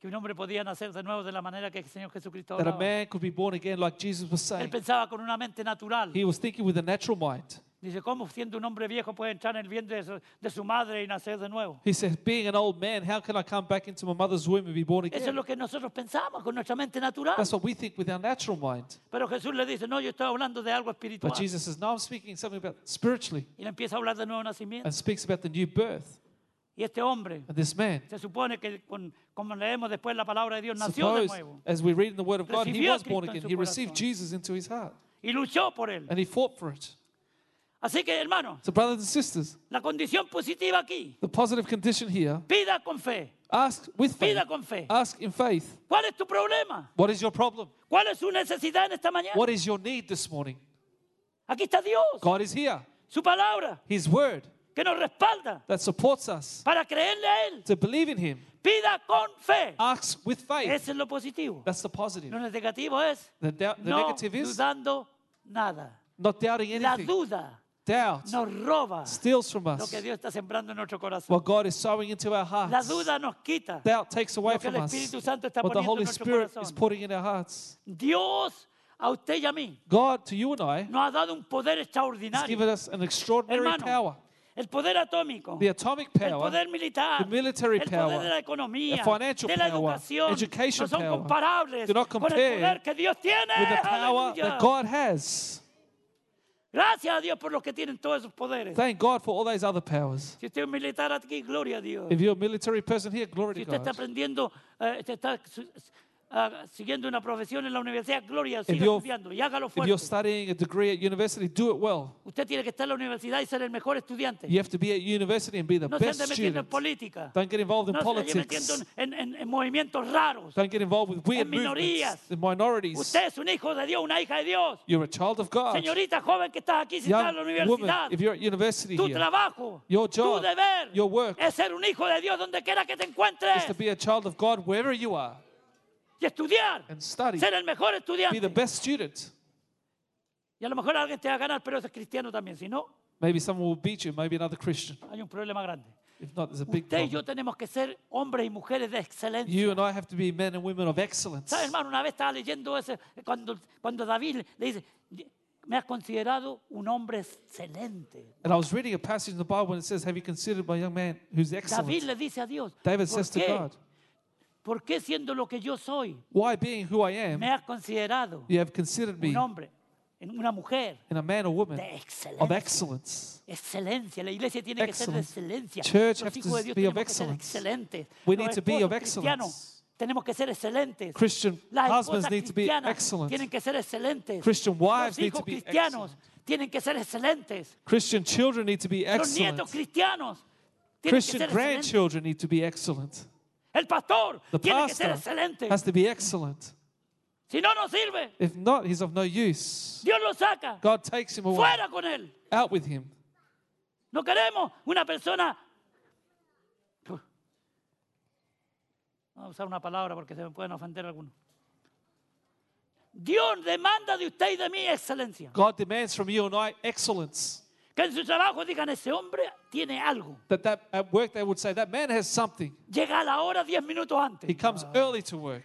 Speaker 1: que un hombre podía nacer de nuevo de la manera que el Señor Jesucristo
Speaker 2: that a
Speaker 1: hablaba.
Speaker 2: man could be born again like Jesus was
Speaker 1: Él
Speaker 2: saying.
Speaker 1: pensaba con una mente natural.
Speaker 2: He was thinking with a natural mind.
Speaker 1: Dice, ¿cómo siendo un hombre viejo puede entrar en el vientre de su, de su madre y nacer de nuevo?
Speaker 2: He says, Being an old man, how can I come back into my mother's womb and be born
Speaker 1: Eso es
Speaker 2: again?
Speaker 1: lo que nosotros pensamos con nuestra mente natural.
Speaker 2: That's what we think with our natural mind.
Speaker 1: Pero Jesús le dice, no, yo estoy hablando de algo espiritual.
Speaker 2: But Jesus says, No, I'm speaking something about spiritually
Speaker 1: Y le empieza a hablar de nuevo nacimiento.
Speaker 2: and speaks about the new birth.
Speaker 1: Y este hombre,
Speaker 2: And this man,
Speaker 1: se supone que con- como leemos después la palabra de Dios, nació de
Speaker 2: suppose,
Speaker 1: nuevo.
Speaker 2: as we read in the Word of God, he
Speaker 1: Recibió a
Speaker 2: was born
Speaker 1: Cristo en
Speaker 2: again.
Speaker 1: su
Speaker 2: He received
Speaker 1: corazón.
Speaker 2: Jesus into his heart
Speaker 1: Y luchó por él.
Speaker 2: and he fought for it.
Speaker 1: Así que, hermano,
Speaker 2: So, brothers and sisters,
Speaker 1: la condición positiva aquí,
Speaker 2: the positive condition here
Speaker 1: pida con fe.
Speaker 2: ask with faith,
Speaker 1: Pida con fe.
Speaker 2: ask in faith.
Speaker 1: ¿Cuál es tu problema?
Speaker 2: What is your problem?
Speaker 1: ¿Cuál es su necesidad en esta mañana?
Speaker 2: What is your need this morning?
Speaker 1: Aquí está Dios,
Speaker 2: God is here,
Speaker 1: su palabra,
Speaker 2: His Word
Speaker 1: que nos respalda
Speaker 2: that supports us
Speaker 1: para creerle a Él.
Speaker 2: to believe in Him.
Speaker 1: Pida con fe.
Speaker 2: Ask with faith.
Speaker 1: Ese es lo positivo.
Speaker 2: That's the positive.
Speaker 1: Lo negativo es
Speaker 2: The, doubt, the
Speaker 1: no
Speaker 2: negative is
Speaker 1: dudando nada.
Speaker 2: not doubting
Speaker 1: La
Speaker 2: anything.
Speaker 1: duda
Speaker 2: Doubt
Speaker 1: nos roba
Speaker 2: steals from
Speaker 1: lo
Speaker 2: us
Speaker 1: que Dios está sembrando en nuestro corazón.
Speaker 2: what God is sowing into our
Speaker 1: La
Speaker 2: hearts.
Speaker 1: duda nos quita
Speaker 2: Doubt takes away
Speaker 1: lo que
Speaker 2: from
Speaker 1: el
Speaker 2: us
Speaker 1: Espíritu Santo está
Speaker 2: what the
Speaker 1: poniendo en
Speaker 2: Holy
Speaker 1: nuestro
Speaker 2: Spirit is
Speaker 1: corazón.
Speaker 2: putting in our hearts.
Speaker 1: Dios a usted y a mí
Speaker 2: God, to you and I,
Speaker 1: nos ha dado un poder
Speaker 2: has given
Speaker 1: extraordinario.
Speaker 2: us an extraordinary
Speaker 1: Hermano,
Speaker 2: power.
Speaker 1: el poder atómico,
Speaker 2: The atomic
Speaker 1: el
Speaker 2: power
Speaker 1: poder militar,
Speaker 2: the military
Speaker 1: el
Speaker 2: power,
Speaker 1: poder de la economía,
Speaker 2: the financial
Speaker 1: de la
Speaker 2: power,
Speaker 1: educación,
Speaker 2: education
Speaker 1: no son
Speaker 2: power,
Speaker 1: comparables
Speaker 2: do not
Speaker 1: con el
Speaker 2: compare
Speaker 1: poder que Dios tiene.
Speaker 2: with the power
Speaker 1: Aleluya.
Speaker 2: that God has.
Speaker 1: Gracias a Dios por los que tienen todos esos poderes.
Speaker 2: Thank God for all those other powers.
Speaker 1: Si usted es un militar aquí, gloria a Dios.
Speaker 2: If you're a military person here, glory
Speaker 1: Si
Speaker 2: to
Speaker 1: usted está
Speaker 2: God.
Speaker 1: aprendiendo, eh, usted está su- ah, siguiendo una profesión en la universidad, gloria, siga
Speaker 2: you're-
Speaker 1: estudiando y hágalo
Speaker 2: If you're
Speaker 1: fuerte.
Speaker 2: studying a degree at university, do it well.
Speaker 1: Usted tiene que estar en la universidad y ser el mejor estudiante.
Speaker 2: You have to be at university and be the
Speaker 1: No se
Speaker 2: best
Speaker 1: ande metiendo en
Speaker 2: student.
Speaker 1: política.
Speaker 2: Don't get involved in
Speaker 1: No se ande metiendo
Speaker 2: politics.
Speaker 1: en, en- en movimientos raros.
Speaker 2: Don't get involved with weird
Speaker 1: en
Speaker 2: movements,
Speaker 1: minorías.
Speaker 2: the minorities.
Speaker 1: Usted es un hijo de Dios, una hija de Dios.
Speaker 2: You're a child of God.
Speaker 1: Señorita joven que estás aquí, si estás en la
Speaker 2: Young woman,
Speaker 1: universidad,
Speaker 2: if you're at university
Speaker 1: tu
Speaker 2: here,
Speaker 1: trabajo,
Speaker 2: your
Speaker 1: tu
Speaker 2: job,
Speaker 1: deber
Speaker 2: your work
Speaker 1: es ser un hijo de Dios donde quiera que te
Speaker 2: is
Speaker 1: encuentres
Speaker 2: to be a child of God wherever you are
Speaker 1: y estudiar,
Speaker 2: and study.
Speaker 1: ser el mejor
Speaker 2: Be the
Speaker 1: estudiante.
Speaker 2: best student.
Speaker 1: Y a lo mejor alguien te va a ganar, pero ese es cristiano también. Si no,
Speaker 2: Maybe someone will beat you, maybe another Christian.
Speaker 1: hay un problema grande.
Speaker 2: If not, there's a big
Speaker 1: Usted y
Speaker 2: problem.
Speaker 1: yo tenemos que ser hombres y mujeres de excelencia.
Speaker 2: You and I have to be men and women of excellence.
Speaker 1: ¿Sabes, hermano? Una vez estaba leyendo ese, cuando, cuando David le dice, me has considerado un hombre excelente.
Speaker 2: And I was reading a passage in the Bible and it says, Have you considered my young man who's
Speaker 1: David
Speaker 2: excellent?
Speaker 1: le dice a Dios,
Speaker 2: David
Speaker 1: ¿por
Speaker 2: says to
Speaker 1: qué?
Speaker 2: God,
Speaker 1: ¿Por qué siendo lo que yo soy,
Speaker 2: Why, being who I am,
Speaker 1: me has considerado
Speaker 2: you have considered Em, me
Speaker 1: un hombre, en una mujer
Speaker 2: in a man or woman
Speaker 1: de
Speaker 2: of
Speaker 1: excelencia?
Speaker 2: excellence?
Speaker 1: Excelencia, la iglesia tiene que ser de
Speaker 2: Excellence.
Speaker 1: excelencia.
Speaker 2: Church
Speaker 1: Los
Speaker 2: have
Speaker 1: hijos
Speaker 2: to
Speaker 1: de Dios
Speaker 2: be of
Speaker 1: tenemos que ser
Speaker 2: excellence.
Speaker 1: excelentes.
Speaker 2: We
Speaker 1: Los
Speaker 2: need to be
Speaker 1: esposos
Speaker 2: of
Speaker 1: cristianos
Speaker 2: excellence.
Speaker 1: Tenemos que ser excelentes.
Speaker 2: Christian
Speaker 1: Las
Speaker 2: husbands
Speaker 1: esposas
Speaker 2: need to be
Speaker 1: cristianas
Speaker 2: excellent.
Speaker 1: tienen que ser excelentes.
Speaker 2: Christian wives
Speaker 1: Los
Speaker 2: need to
Speaker 1: hijos
Speaker 2: be
Speaker 1: cristianos tienen que ser excelentes.
Speaker 2: Christian children need to be
Speaker 1: Los nietos
Speaker 2: excellent.
Speaker 1: cristianos tienen que
Speaker 2: Christian
Speaker 1: ser excelentes.
Speaker 2: grandchildren need to be excellent.
Speaker 1: El pastor
Speaker 2: The
Speaker 1: tiene que ser
Speaker 2: pastor
Speaker 1: excelente.
Speaker 2: has to be excellent.
Speaker 1: Si no nos sirve,
Speaker 2: If not, he's of no use.
Speaker 1: Dios lo saca.
Speaker 2: God takes him away.
Speaker 1: Fuera con él.
Speaker 2: Out with him.
Speaker 1: No queremos una persona. Vamos a usar una palabra porque se me pueden ofender algunos. Dios demanda de usted y de mí excelencia.
Speaker 2: God demands from you and I excellence.
Speaker 1: Que en su trabajo digan, ese hombre tiene algo.
Speaker 2: That, that at work they would say, That man has something.
Speaker 1: Llega a la hora 10 minutos
Speaker 2: He
Speaker 1: antes.
Speaker 2: comes early to work.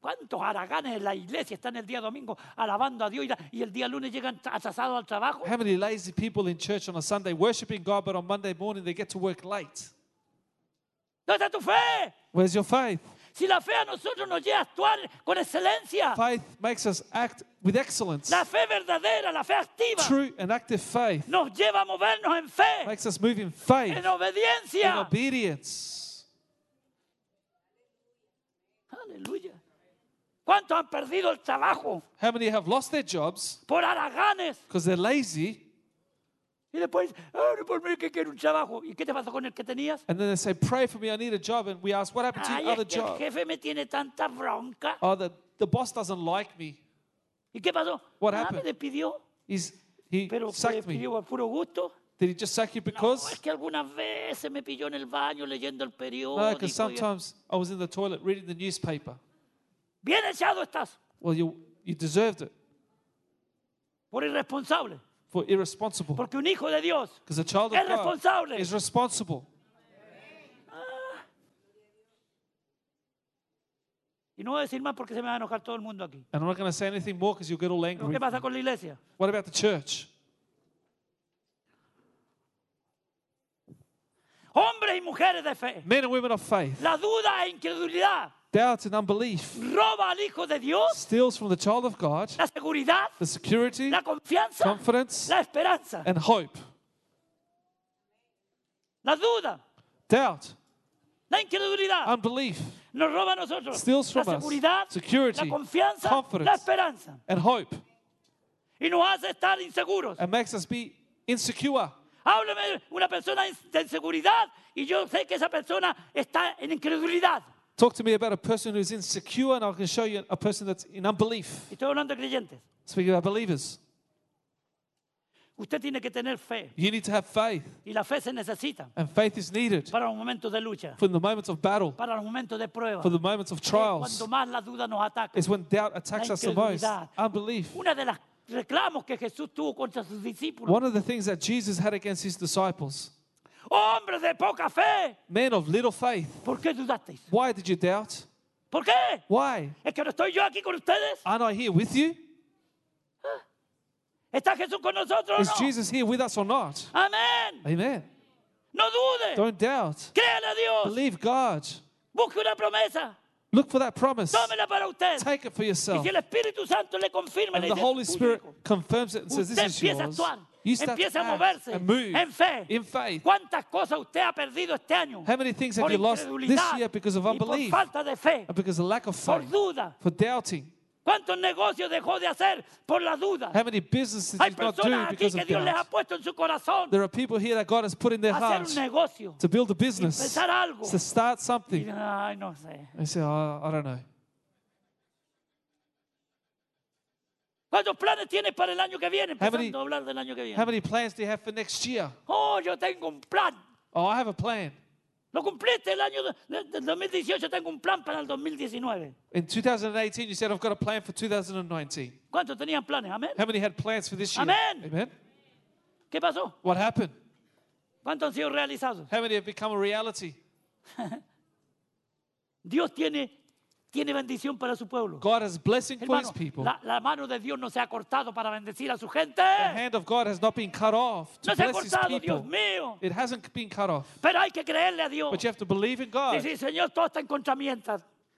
Speaker 1: ¿Cuántos haraganes en la iglesia están el día domingo alabando a Dios y, la- y el día lunes llegan atrasados al trabajo?
Speaker 2: How many lazy people in church on a Sunday worshiping God, but on Monday morning they get to work late?
Speaker 1: ¿Dónde está tu fe?
Speaker 2: Where's your faith?
Speaker 1: Si la fe a nosotros nos lleva a actuar con excelencia,
Speaker 2: Faith makes us act with excellence.
Speaker 1: la fe verdadera, la fe activa,
Speaker 2: True and active faith
Speaker 1: nos lleva a movernos en fe,
Speaker 2: makes us move in faith,
Speaker 1: en
Speaker 2: in
Speaker 1: obediencia.
Speaker 2: obedience.
Speaker 1: Aleluya. ¿Cuántos han perdido el trabajo
Speaker 2: How many have lost their jobs
Speaker 1: por haraganes?
Speaker 2: because they're lazy?
Speaker 1: Y después, "Ah, no por mí que quiero un trabajo. ¿Y qué te pasó con el que tenías?
Speaker 2: And then they say, Pray for me, I need a job. And we ask, What happened to
Speaker 1: Ay,
Speaker 2: your other
Speaker 1: es que el
Speaker 2: job?
Speaker 1: jefe me tiene tanta bronca.
Speaker 2: Oh, the, the boss doesn't like me.
Speaker 1: ¿Y qué pasó?
Speaker 2: What
Speaker 1: Ah, me
Speaker 2: happened?
Speaker 1: despidió,
Speaker 2: He's, he
Speaker 1: pero me
Speaker 2: sacked me.
Speaker 1: despidió a puro gusto.
Speaker 2: Did he just sack you
Speaker 1: No,
Speaker 2: because?
Speaker 1: es que algunas veces me pilló en el baño leyendo el
Speaker 2: No,
Speaker 1: periódico.
Speaker 2: because
Speaker 1: y-
Speaker 2: sometimes I was in the toilet reading the newspaper.
Speaker 1: Bien echado estás
Speaker 2: Well, you, you deserved it
Speaker 1: por irresponsable.
Speaker 2: for irresponsible.
Speaker 1: Porque un hijo de Dios
Speaker 2: Because a child of
Speaker 1: Es
Speaker 2: God
Speaker 1: responsable.
Speaker 2: is responsible.
Speaker 1: Y no voy a decir más porque se me va a enojar todo el mundo aquí.
Speaker 2: And I'm not going to say anything more because you'll get all
Speaker 1: Pero
Speaker 2: angry.
Speaker 1: ¿qué pasa con la iglesia?
Speaker 2: What about the church?
Speaker 1: y mujeres de fe.
Speaker 2: Men and women of faith.
Speaker 1: La duda e incredulidad
Speaker 2: Doubt and unbelief
Speaker 1: roba al Hijo de Dios
Speaker 2: steals from the child of God
Speaker 1: la seguridad,
Speaker 2: the security,
Speaker 1: la confianza,
Speaker 2: confidence,
Speaker 1: la esperanza.
Speaker 2: and hope.
Speaker 1: La duda,
Speaker 2: Doubt,
Speaker 1: la incredulidad
Speaker 2: unbelief,
Speaker 1: nos roba a nosotros
Speaker 2: steals
Speaker 1: la
Speaker 2: from us
Speaker 1: seguridad,
Speaker 2: security,
Speaker 1: la confianza, la
Speaker 2: confidence.
Speaker 1: esperanza.
Speaker 2: and hope,
Speaker 1: Y nos hace estar inseguros.
Speaker 2: and makes us be insecure.
Speaker 1: Háblame una persona de inseguridad y yo sé que esa persona está en incredulidad.
Speaker 2: Talk to me about a person who's insecure, and I can show you a person that's in unbelief.
Speaker 1: Y Estoy hablando de creyentes.
Speaker 2: Speaking about believers,
Speaker 1: Usted tiene que tener fe
Speaker 2: you need to have faith,
Speaker 1: y la fe se necesita
Speaker 2: and faith is needed
Speaker 1: para los momentos de lucha,
Speaker 2: for the moments of battle,
Speaker 1: para los momentos de prueba.
Speaker 2: for the moments of
Speaker 1: Es
Speaker 2: trials.
Speaker 1: Cuando más la duda nos ataca.
Speaker 2: It's when doubt attacks us the most.
Speaker 1: incredulidad.
Speaker 2: Unbelief.
Speaker 1: Una de las reclamos que Jesús tuvo contra sus discípulos,
Speaker 2: One of the things that Jesus had against his disciples,
Speaker 1: hombres de poca fe,
Speaker 2: men of little faith,
Speaker 1: ¿por qué dudasteis?
Speaker 2: why did you doubt?
Speaker 1: ¿Por qué?
Speaker 2: Why?
Speaker 1: ¿Es que no estoy yo aquí con ustedes?
Speaker 2: Aren't I here with you?
Speaker 1: ¿Está Jesús con nosotros o
Speaker 2: Is
Speaker 1: no?
Speaker 2: Jesus here with us or not?
Speaker 1: Amén.
Speaker 2: Amen.
Speaker 1: No dude.
Speaker 2: Don't doubt.
Speaker 1: Créale a Dios.
Speaker 2: Believe God.
Speaker 1: Busque una promesa.
Speaker 2: Look for that promise.
Speaker 1: Tómela para usted.
Speaker 2: Take it for
Speaker 1: Y
Speaker 2: yourself.
Speaker 1: si el Espíritu Santo le confirma,
Speaker 2: And
Speaker 1: le
Speaker 2: the
Speaker 1: dice,
Speaker 2: Holy Spirit
Speaker 1: "Tuyo".
Speaker 2: confirms it and says,
Speaker 1: usted
Speaker 2: This is
Speaker 1: empieza a
Speaker 2: yours.
Speaker 1: actuar,
Speaker 2: You start
Speaker 1: empieza
Speaker 2: to
Speaker 1: a
Speaker 2: act
Speaker 1: moverse
Speaker 2: and move
Speaker 1: en fe.
Speaker 2: in faith.
Speaker 1: ¿Cuántas cosas usted ha perdido este año?
Speaker 2: How many things have
Speaker 1: por
Speaker 2: you lost this
Speaker 1: incredulidad
Speaker 2: year because of
Speaker 1: y
Speaker 2: unbelief?
Speaker 1: Por falta de fe,
Speaker 2: And because of lack of
Speaker 1: por
Speaker 2: faith,
Speaker 1: duda.
Speaker 2: for doubting.
Speaker 1: ¿Cuántos negocios dejó de hacer por la duda?
Speaker 2: How many businesses
Speaker 1: Hay
Speaker 2: did not do
Speaker 1: personas aquí
Speaker 2: because
Speaker 1: que
Speaker 2: of
Speaker 1: Dios les ha
Speaker 2: doubt?
Speaker 1: puesto en su corazón
Speaker 2: There are people here that God has put in their
Speaker 1: hacer un
Speaker 2: hearts
Speaker 1: negocio.
Speaker 2: to build a business,
Speaker 1: Empezar algo.
Speaker 2: to start
Speaker 1: Y,
Speaker 2: something.
Speaker 1: Ay, no sé.
Speaker 2: They say, oh, I don't know.
Speaker 1: ¿Cuántos planes tienes para el año que viene?
Speaker 2: How many-
Speaker 1: Empezando a hablar del año que viene.
Speaker 2: How many plans do you have for next year?
Speaker 1: Oh, yo tengo un plan.
Speaker 2: Oh, I have a plan.
Speaker 1: Lo cumpliste el año de- de- del 2018, tengo un plan para el 2019.
Speaker 2: In 2018, you said, I've got a plan for 2019.
Speaker 1: ¿Cuántos tenían planes? Amén.
Speaker 2: How many had plans for this year?
Speaker 1: Amen.
Speaker 2: Amen.
Speaker 1: ¿Qué pasó?
Speaker 2: What happened?
Speaker 1: ¿Cuántos han sido realizados?
Speaker 2: How many have become a reality?
Speaker 1: Dios tiene, tiene bendición para su pueblo.
Speaker 2: God has blessing for his
Speaker 1: Hermano,
Speaker 2: people.
Speaker 1: la, la mano de Dios no se ha cortado para bendecir a su gente.
Speaker 2: The hand of God has not been cut off to
Speaker 1: No se ha
Speaker 2: bless his
Speaker 1: cortado, Dios
Speaker 2: people.
Speaker 1: mío.
Speaker 2: It hasn't been cut off.
Speaker 1: Pero hay que creerle a Dios.
Speaker 2: But you have to believe in God
Speaker 1: Decir, Señor, todo está en contra mía.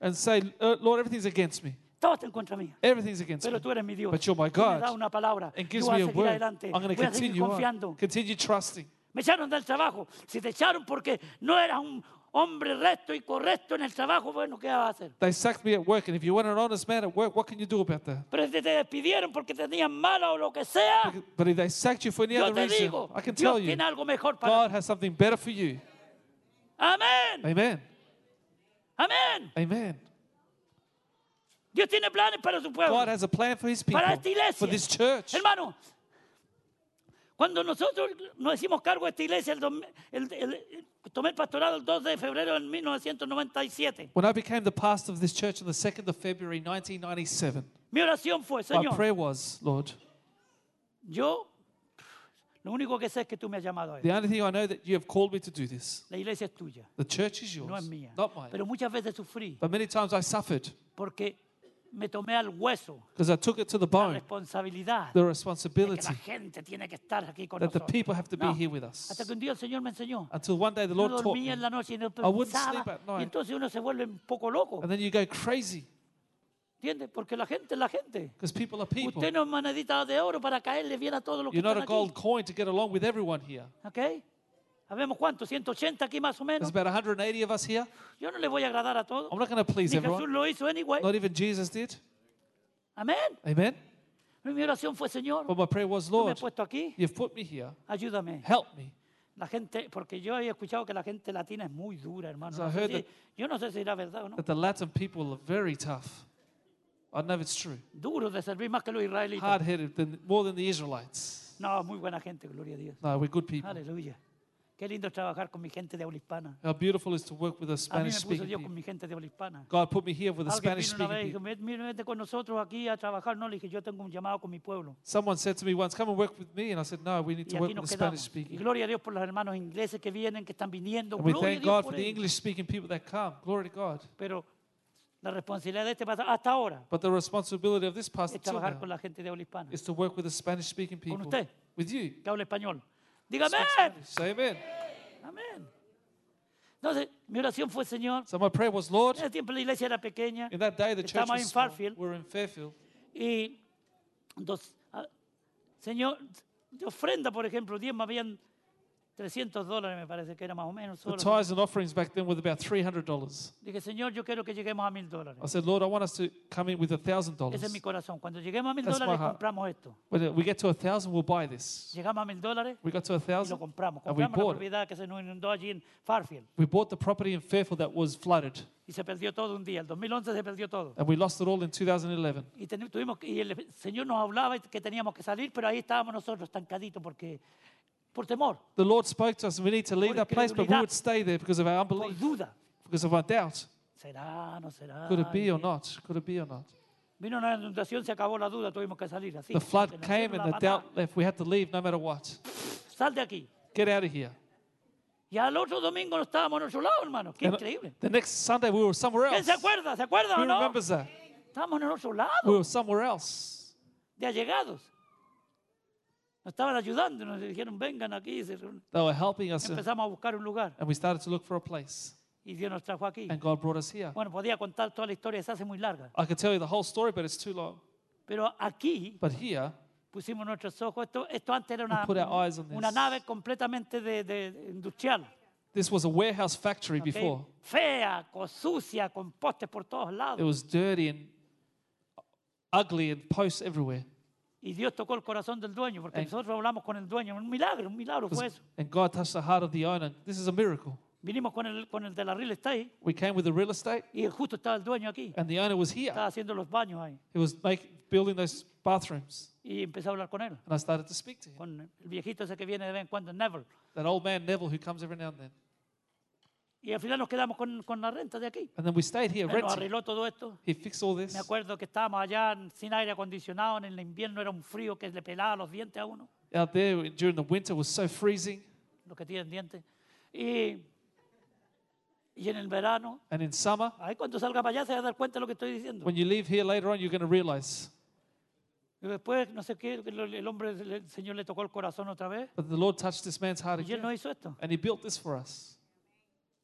Speaker 2: and say, "Uh, Lord, everything's against me.
Speaker 1: Todo está en contra mía.
Speaker 2: Everything's against
Speaker 1: Pero
Speaker 2: me.
Speaker 1: tú eres mi Dios.
Speaker 2: But you're my
Speaker 1: Tú me
Speaker 2: God.
Speaker 1: das una palabra.
Speaker 2: And
Speaker 1: Yo
Speaker 2: gives
Speaker 1: voy
Speaker 2: me
Speaker 1: a
Speaker 2: a
Speaker 1: seguir
Speaker 2: word. I'm
Speaker 1: adelante.
Speaker 2: going to
Speaker 1: Voy a seguir
Speaker 2: continue
Speaker 1: confiando.
Speaker 2: on. Continue trusting.
Speaker 1: Me echaron del trabajo. Si te echaron porque no eras un hombre recto y correcto en el trabajo, bueno, ¿qué vas a hacer?
Speaker 2: They sacked me at work, and if you weren't an honest man at work, what can you do about that?
Speaker 1: Pero si te despidieron porque tenían mala o lo que sea,
Speaker 2: But if they sacked you for any
Speaker 1: yo
Speaker 2: other
Speaker 1: te
Speaker 2: reason,
Speaker 1: digo,
Speaker 2: I can
Speaker 1: Dios
Speaker 2: tell you,
Speaker 1: tiene algo mejor para
Speaker 2: God
Speaker 1: ti.
Speaker 2: has something better for you.
Speaker 1: Amén,
Speaker 2: Amen.
Speaker 1: amén.
Speaker 2: Amen.
Speaker 1: Dios tiene planes para su pueblo,
Speaker 2: God has a plan for his people,
Speaker 1: para esta iglesia.
Speaker 2: for this church.
Speaker 1: Hermano, cuando nosotros nos hicimos cargo de esta iglesia, el, dos- el- el- el- tomé el pastorado el 2 de febrero de 1997.
Speaker 2: When I became the pastor of this church on the 2nd of February 1997,
Speaker 1: Mi oración fue,
Speaker 2: my
Speaker 1: Señor,
Speaker 2: prayer was, Lord,
Speaker 1: yo lo único que sé es que tú me has llamado a esto.
Speaker 2: the only thing I know that you have called me to do this.
Speaker 1: La iglesia es tuya,
Speaker 2: The church is yours,
Speaker 1: no es mía.
Speaker 2: not mine.
Speaker 1: Pero muchas veces sufrí
Speaker 2: But many times I suffered
Speaker 1: porque me tomé al hueso
Speaker 2: because I took it to the
Speaker 1: la
Speaker 2: bone,
Speaker 1: responsabilidad de
Speaker 2: the
Speaker 1: que la
Speaker 2: responsibility
Speaker 1: gente tiene que estar aquí con
Speaker 2: that the
Speaker 1: nosotros.
Speaker 2: people have to be
Speaker 1: No.
Speaker 2: here with us.
Speaker 1: Hasta que un día el Señor me enseñó.
Speaker 2: Until one day the
Speaker 1: No
Speaker 2: Lord taught me,
Speaker 1: dormía en la noche y no
Speaker 2: wouldn't
Speaker 1: pensaba.
Speaker 2: sleep at night.
Speaker 1: Y entonces uno se vuelve un poco loco.
Speaker 2: and then you go crazy
Speaker 1: ¿Entiendes? Porque la gente es la gente.
Speaker 2: because people are people.
Speaker 1: Usted no es monedita de oro para caerle bien a todos los que
Speaker 2: pues. You're not
Speaker 1: están
Speaker 2: a
Speaker 1: aquí.
Speaker 2: gold coin to get along with everyone here.
Speaker 1: ¿Ok? Sabemos cuánto, 180 aquí más o
Speaker 2: There's
Speaker 1: menos.
Speaker 2: about 180 of us here.
Speaker 1: Yo no le voy a agradar a todos.
Speaker 2: I'm not going to please
Speaker 1: Ni Jesús
Speaker 2: everyone.
Speaker 1: lo hizo anyway.
Speaker 2: Not even Jesus did.
Speaker 1: Amén.
Speaker 2: Amen.
Speaker 1: Mi oración fue, Señor,
Speaker 2: But my prayer was,
Speaker 1: tú me
Speaker 2: Lord,
Speaker 1: has puesto aquí,
Speaker 2: you've put me here.
Speaker 1: ayúdame.
Speaker 2: Help me.
Speaker 1: La gente, porque yo he escuchado que la gente latina es muy dura, hermano.
Speaker 2: So
Speaker 1: No
Speaker 2: I
Speaker 1: sé
Speaker 2: heard
Speaker 1: si-
Speaker 2: that-
Speaker 1: yo no sé si era verdad o no.
Speaker 2: That the Latin people are very tough. I know it's true.
Speaker 1: Duro de servir más que los israelitas.
Speaker 2: Hard headed, than, more than the Israelites.
Speaker 1: No, muy buena gente, gloria a Dios.
Speaker 2: No, we're good people.
Speaker 1: Aleluya. Qué lindo es trabajar con mi gente de habla hispana.
Speaker 2: How beautiful it is to work with a
Speaker 1: A mí
Speaker 2: Spanish
Speaker 1: me puso
Speaker 2: speaking
Speaker 1: Dios
Speaker 2: people.
Speaker 1: con mi gente de habla hispana.
Speaker 2: God put me here with a
Speaker 1: Alguien
Speaker 2: Spanish
Speaker 1: vino una
Speaker 2: speaking
Speaker 1: vez y
Speaker 2: people.
Speaker 1: dijo, "Ven- ven- vete con nosotros aquí a trabajar. No, le dije, yo tengo un llamado con mi pueblo.
Speaker 2: Someone said to me once, Come and work with me. And I said, No, we need
Speaker 1: Y
Speaker 2: to work
Speaker 1: aquí
Speaker 2: with the
Speaker 1: nos quedamos.
Speaker 2: Spanish
Speaker 1: Y
Speaker 2: speaking.
Speaker 1: gloria a Dios por los hermanos ingleses que vienen, que están viniendo.
Speaker 2: And we
Speaker 1: Gloria a
Speaker 2: thank
Speaker 1: Dios
Speaker 2: God for
Speaker 1: por
Speaker 2: the
Speaker 1: ellos.
Speaker 2: English speaking people that come. Glory to God.
Speaker 1: Pero la responsabilidad de este pastor hasta ahora
Speaker 2: But the responsibility of this pastor
Speaker 1: es
Speaker 2: too
Speaker 1: trabajar
Speaker 2: now
Speaker 1: con la gente de habla hispana,
Speaker 2: is to work with the Spanish speaking people.
Speaker 1: usted.
Speaker 2: With you.
Speaker 1: que habla español. Dígame,
Speaker 2: Speak Spanish. Say amen.
Speaker 1: amén. Entonces, mi oración fue, Señor,
Speaker 2: So my prayer was, Lord,
Speaker 1: en ese tiempo la iglesia era pequeña
Speaker 2: in that day the church
Speaker 1: Estaba en
Speaker 2: was small.
Speaker 1: Fairfield.
Speaker 2: We're in Fairfield.
Speaker 1: y dos, ah, Señor, de ofrenda, por ejemplo, 10 me habían 300 dólares, me parece que era más o menos. Solo.
Speaker 2: The tithes and offerings back then were about $300.
Speaker 1: Dije, Señor, yo quiero que lleguemos a mil dólares.
Speaker 2: I said, Lord, I want us to come in with
Speaker 1: Ese es mi
Speaker 2: $1,000.
Speaker 1: corazón. Cuando lleguemos a mil
Speaker 2: That's
Speaker 1: dólares,
Speaker 2: my heart.
Speaker 1: compramos esto.
Speaker 2: When we get to 1,000, we'll buy this.
Speaker 1: Llegamos a mil dólares
Speaker 2: We got to
Speaker 1: y lo
Speaker 2: 1,000
Speaker 1: compramos.
Speaker 2: and Ah, we
Speaker 1: Compramos la
Speaker 2: bought it.
Speaker 1: propiedad que se nos inundó allí en Farfield
Speaker 2: We bought the property in Fairfield that was flooded
Speaker 1: y se perdió todo un día. El 2011 se perdió todo.
Speaker 2: and we lost it all in 2011.
Speaker 1: Y, teni- tuvimos, que- y el Señor nos hablaba y que teníamos que salir, pero ahí estábamos nosotros estancaditos porque, por temor,
Speaker 2: The Lord spoke to us and we need to
Speaker 1: Por
Speaker 2: leave that place, but we
Speaker 1: incredulidad.
Speaker 2: would stay there because of our
Speaker 1: por
Speaker 2: unbelief,
Speaker 1: duda.
Speaker 2: because of our doubt.
Speaker 1: ¿Será? ¿No será?
Speaker 2: Could it be or not? Could it be or not?
Speaker 1: Vino una inundación, se acabó la duda, tuvimos que salir así.
Speaker 2: The
Speaker 1: Se
Speaker 2: flood
Speaker 1: nos
Speaker 2: came
Speaker 1: dieron
Speaker 2: and the
Speaker 1: la patada.
Speaker 2: doubt left. We had to leave no matter what.
Speaker 1: Sal de aquí.
Speaker 2: Get out of here.
Speaker 1: Y al otro domingo no estábamos en otro lado, hermano. Qué
Speaker 2: And
Speaker 1: increíble.
Speaker 2: the next Sunday we were somewhere
Speaker 1: ¿Quién
Speaker 2: else.
Speaker 1: se acuerda? ¿Se acuerda
Speaker 2: Who
Speaker 1: o no?
Speaker 2: remembers that?
Speaker 1: Estábamos en otro lado.
Speaker 2: We were somewhere else.
Speaker 1: de allegados. Nos estaban ayudando, nos dijeron, vengan aquí. y se reunieron.
Speaker 2: They were helping us and
Speaker 1: Empezamos a buscar un lugar
Speaker 2: and we started to look for a place.
Speaker 1: y Dios nos trajo aquí.
Speaker 2: And God brought us here.
Speaker 1: Bueno, podía contar toda la historia, se hace muy larga.
Speaker 2: I could tell you the whole story, but it's too long.
Speaker 1: Pero aquí
Speaker 2: But here,
Speaker 1: pusimos nuestros ojos. Esto, esto antes era una,
Speaker 2: put our eyes on this.
Speaker 1: una nave completamente de, de- de industrial.
Speaker 2: this was a warehouse factory
Speaker 1: ¿ok?
Speaker 2: before.
Speaker 1: Fea, con sucia, con postes por todos
Speaker 2: It
Speaker 1: lados.
Speaker 2: was dirty and ugly and posts everywhere.
Speaker 1: Y Dios tocó el corazón del dueño, porque
Speaker 2: And- Pues
Speaker 1: nosotros hablamos con el dueño. Un milagro, un milagro fue eso.
Speaker 2: And God touched the heart of the owner. This is a miracle.
Speaker 1: Vinimos con el, con el de la real estate
Speaker 2: We came with the real estate
Speaker 1: y justo estaba el dueño aquí.
Speaker 2: and the owner was here.
Speaker 1: Estaba haciendo los baños ahí.
Speaker 2: He was make, building those bathrooms.
Speaker 1: Y empecé a hablar con él,
Speaker 2: And I started to speak to him.
Speaker 1: con el viejito ese que viene de vez en cuando, Neville.
Speaker 2: That old man Neville who comes every now and then.
Speaker 1: Y al final nos quedamos con, con la renta de aquí.
Speaker 2: And then we stayed here
Speaker 1: Él nos
Speaker 2: renting.
Speaker 1: arregló todo esto.
Speaker 2: He fixed all this.
Speaker 1: Me acuerdo que estábamos allá en- sin aire acondicionado, en el invierno era un frío que le pelaba los dientes a uno,
Speaker 2: Out there during the winter was so freezing.
Speaker 1: los que tienen dientes. Y, y en el verano,
Speaker 2: And in summer,
Speaker 1: ahí cuando salga para allá se va a dar cuenta de lo que estoy diciendo.
Speaker 2: when you leave here later on, you're going to realize.
Speaker 1: Y después, no sé qué, el el hombre, el Señor le tocó el corazón otra vez.
Speaker 2: But the Lord touched this man's heart
Speaker 1: Y él no
Speaker 2: again.
Speaker 1: hizo esto.
Speaker 2: And he built this for us.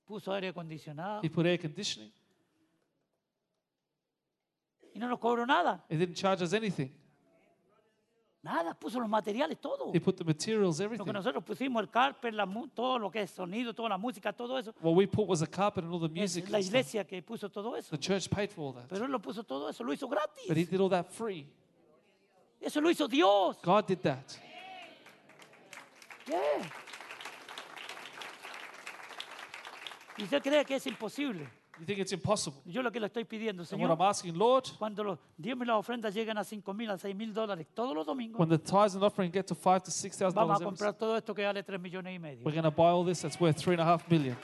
Speaker 1: Puso aire acondicionado
Speaker 2: He put air conditioning.
Speaker 1: y no nos cobró nada.
Speaker 2: He didn't charge us anything.
Speaker 1: Nada, puso los materiales, todo.
Speaker 2: He put the materials,
Speaker 1: Lo que
Speaker 2: everything.
Speaker 1: nosotros pusimos, el carpet, la mu- todo lo que es sonido, toda la música, todo eso.
Speaker 2: What we put was a carpet and all the
Speaker 1: Es
Speaker 2: music.
Speaker 1: la
Speaker 2: and stuff.
Speaker 1: iglesia que puso todo eso.
Speaker 2: The church paid for all that.
Speaker 1: Pero él lo puso todo eso, lo hizo
Speaker 2: But he
Speaker 1: gratis.
Speaker 2: did all that free.
Speaker 1: Eso lo hizo Dios.
Speaker 2: God did that.
Speaker 1: Yeah. Y usted cree que es imposible.
Speaker 2: You think it's impossible?
Speaker 1: Yo lo que le estoy pidiendo,
Speaker 2: And what I'm
Speaker 1: Señor,
Speaker 2: asking, Lord,
Speaker 1: cuando los diezmos y las ofrendas llegan a 5 mil, a 6 mil dólares todos los domingos,
Speaker 2: when the tithes and offering get to five to six thousand
Speaker 1: vamos
Speaker 2: dollars,
Speaker 1: a
Speaker 2: every
Speaker 1: comprar todo esto que vale 3 millones y medio.
Speaker 2: We're going to buy all this that's worth three and a half million.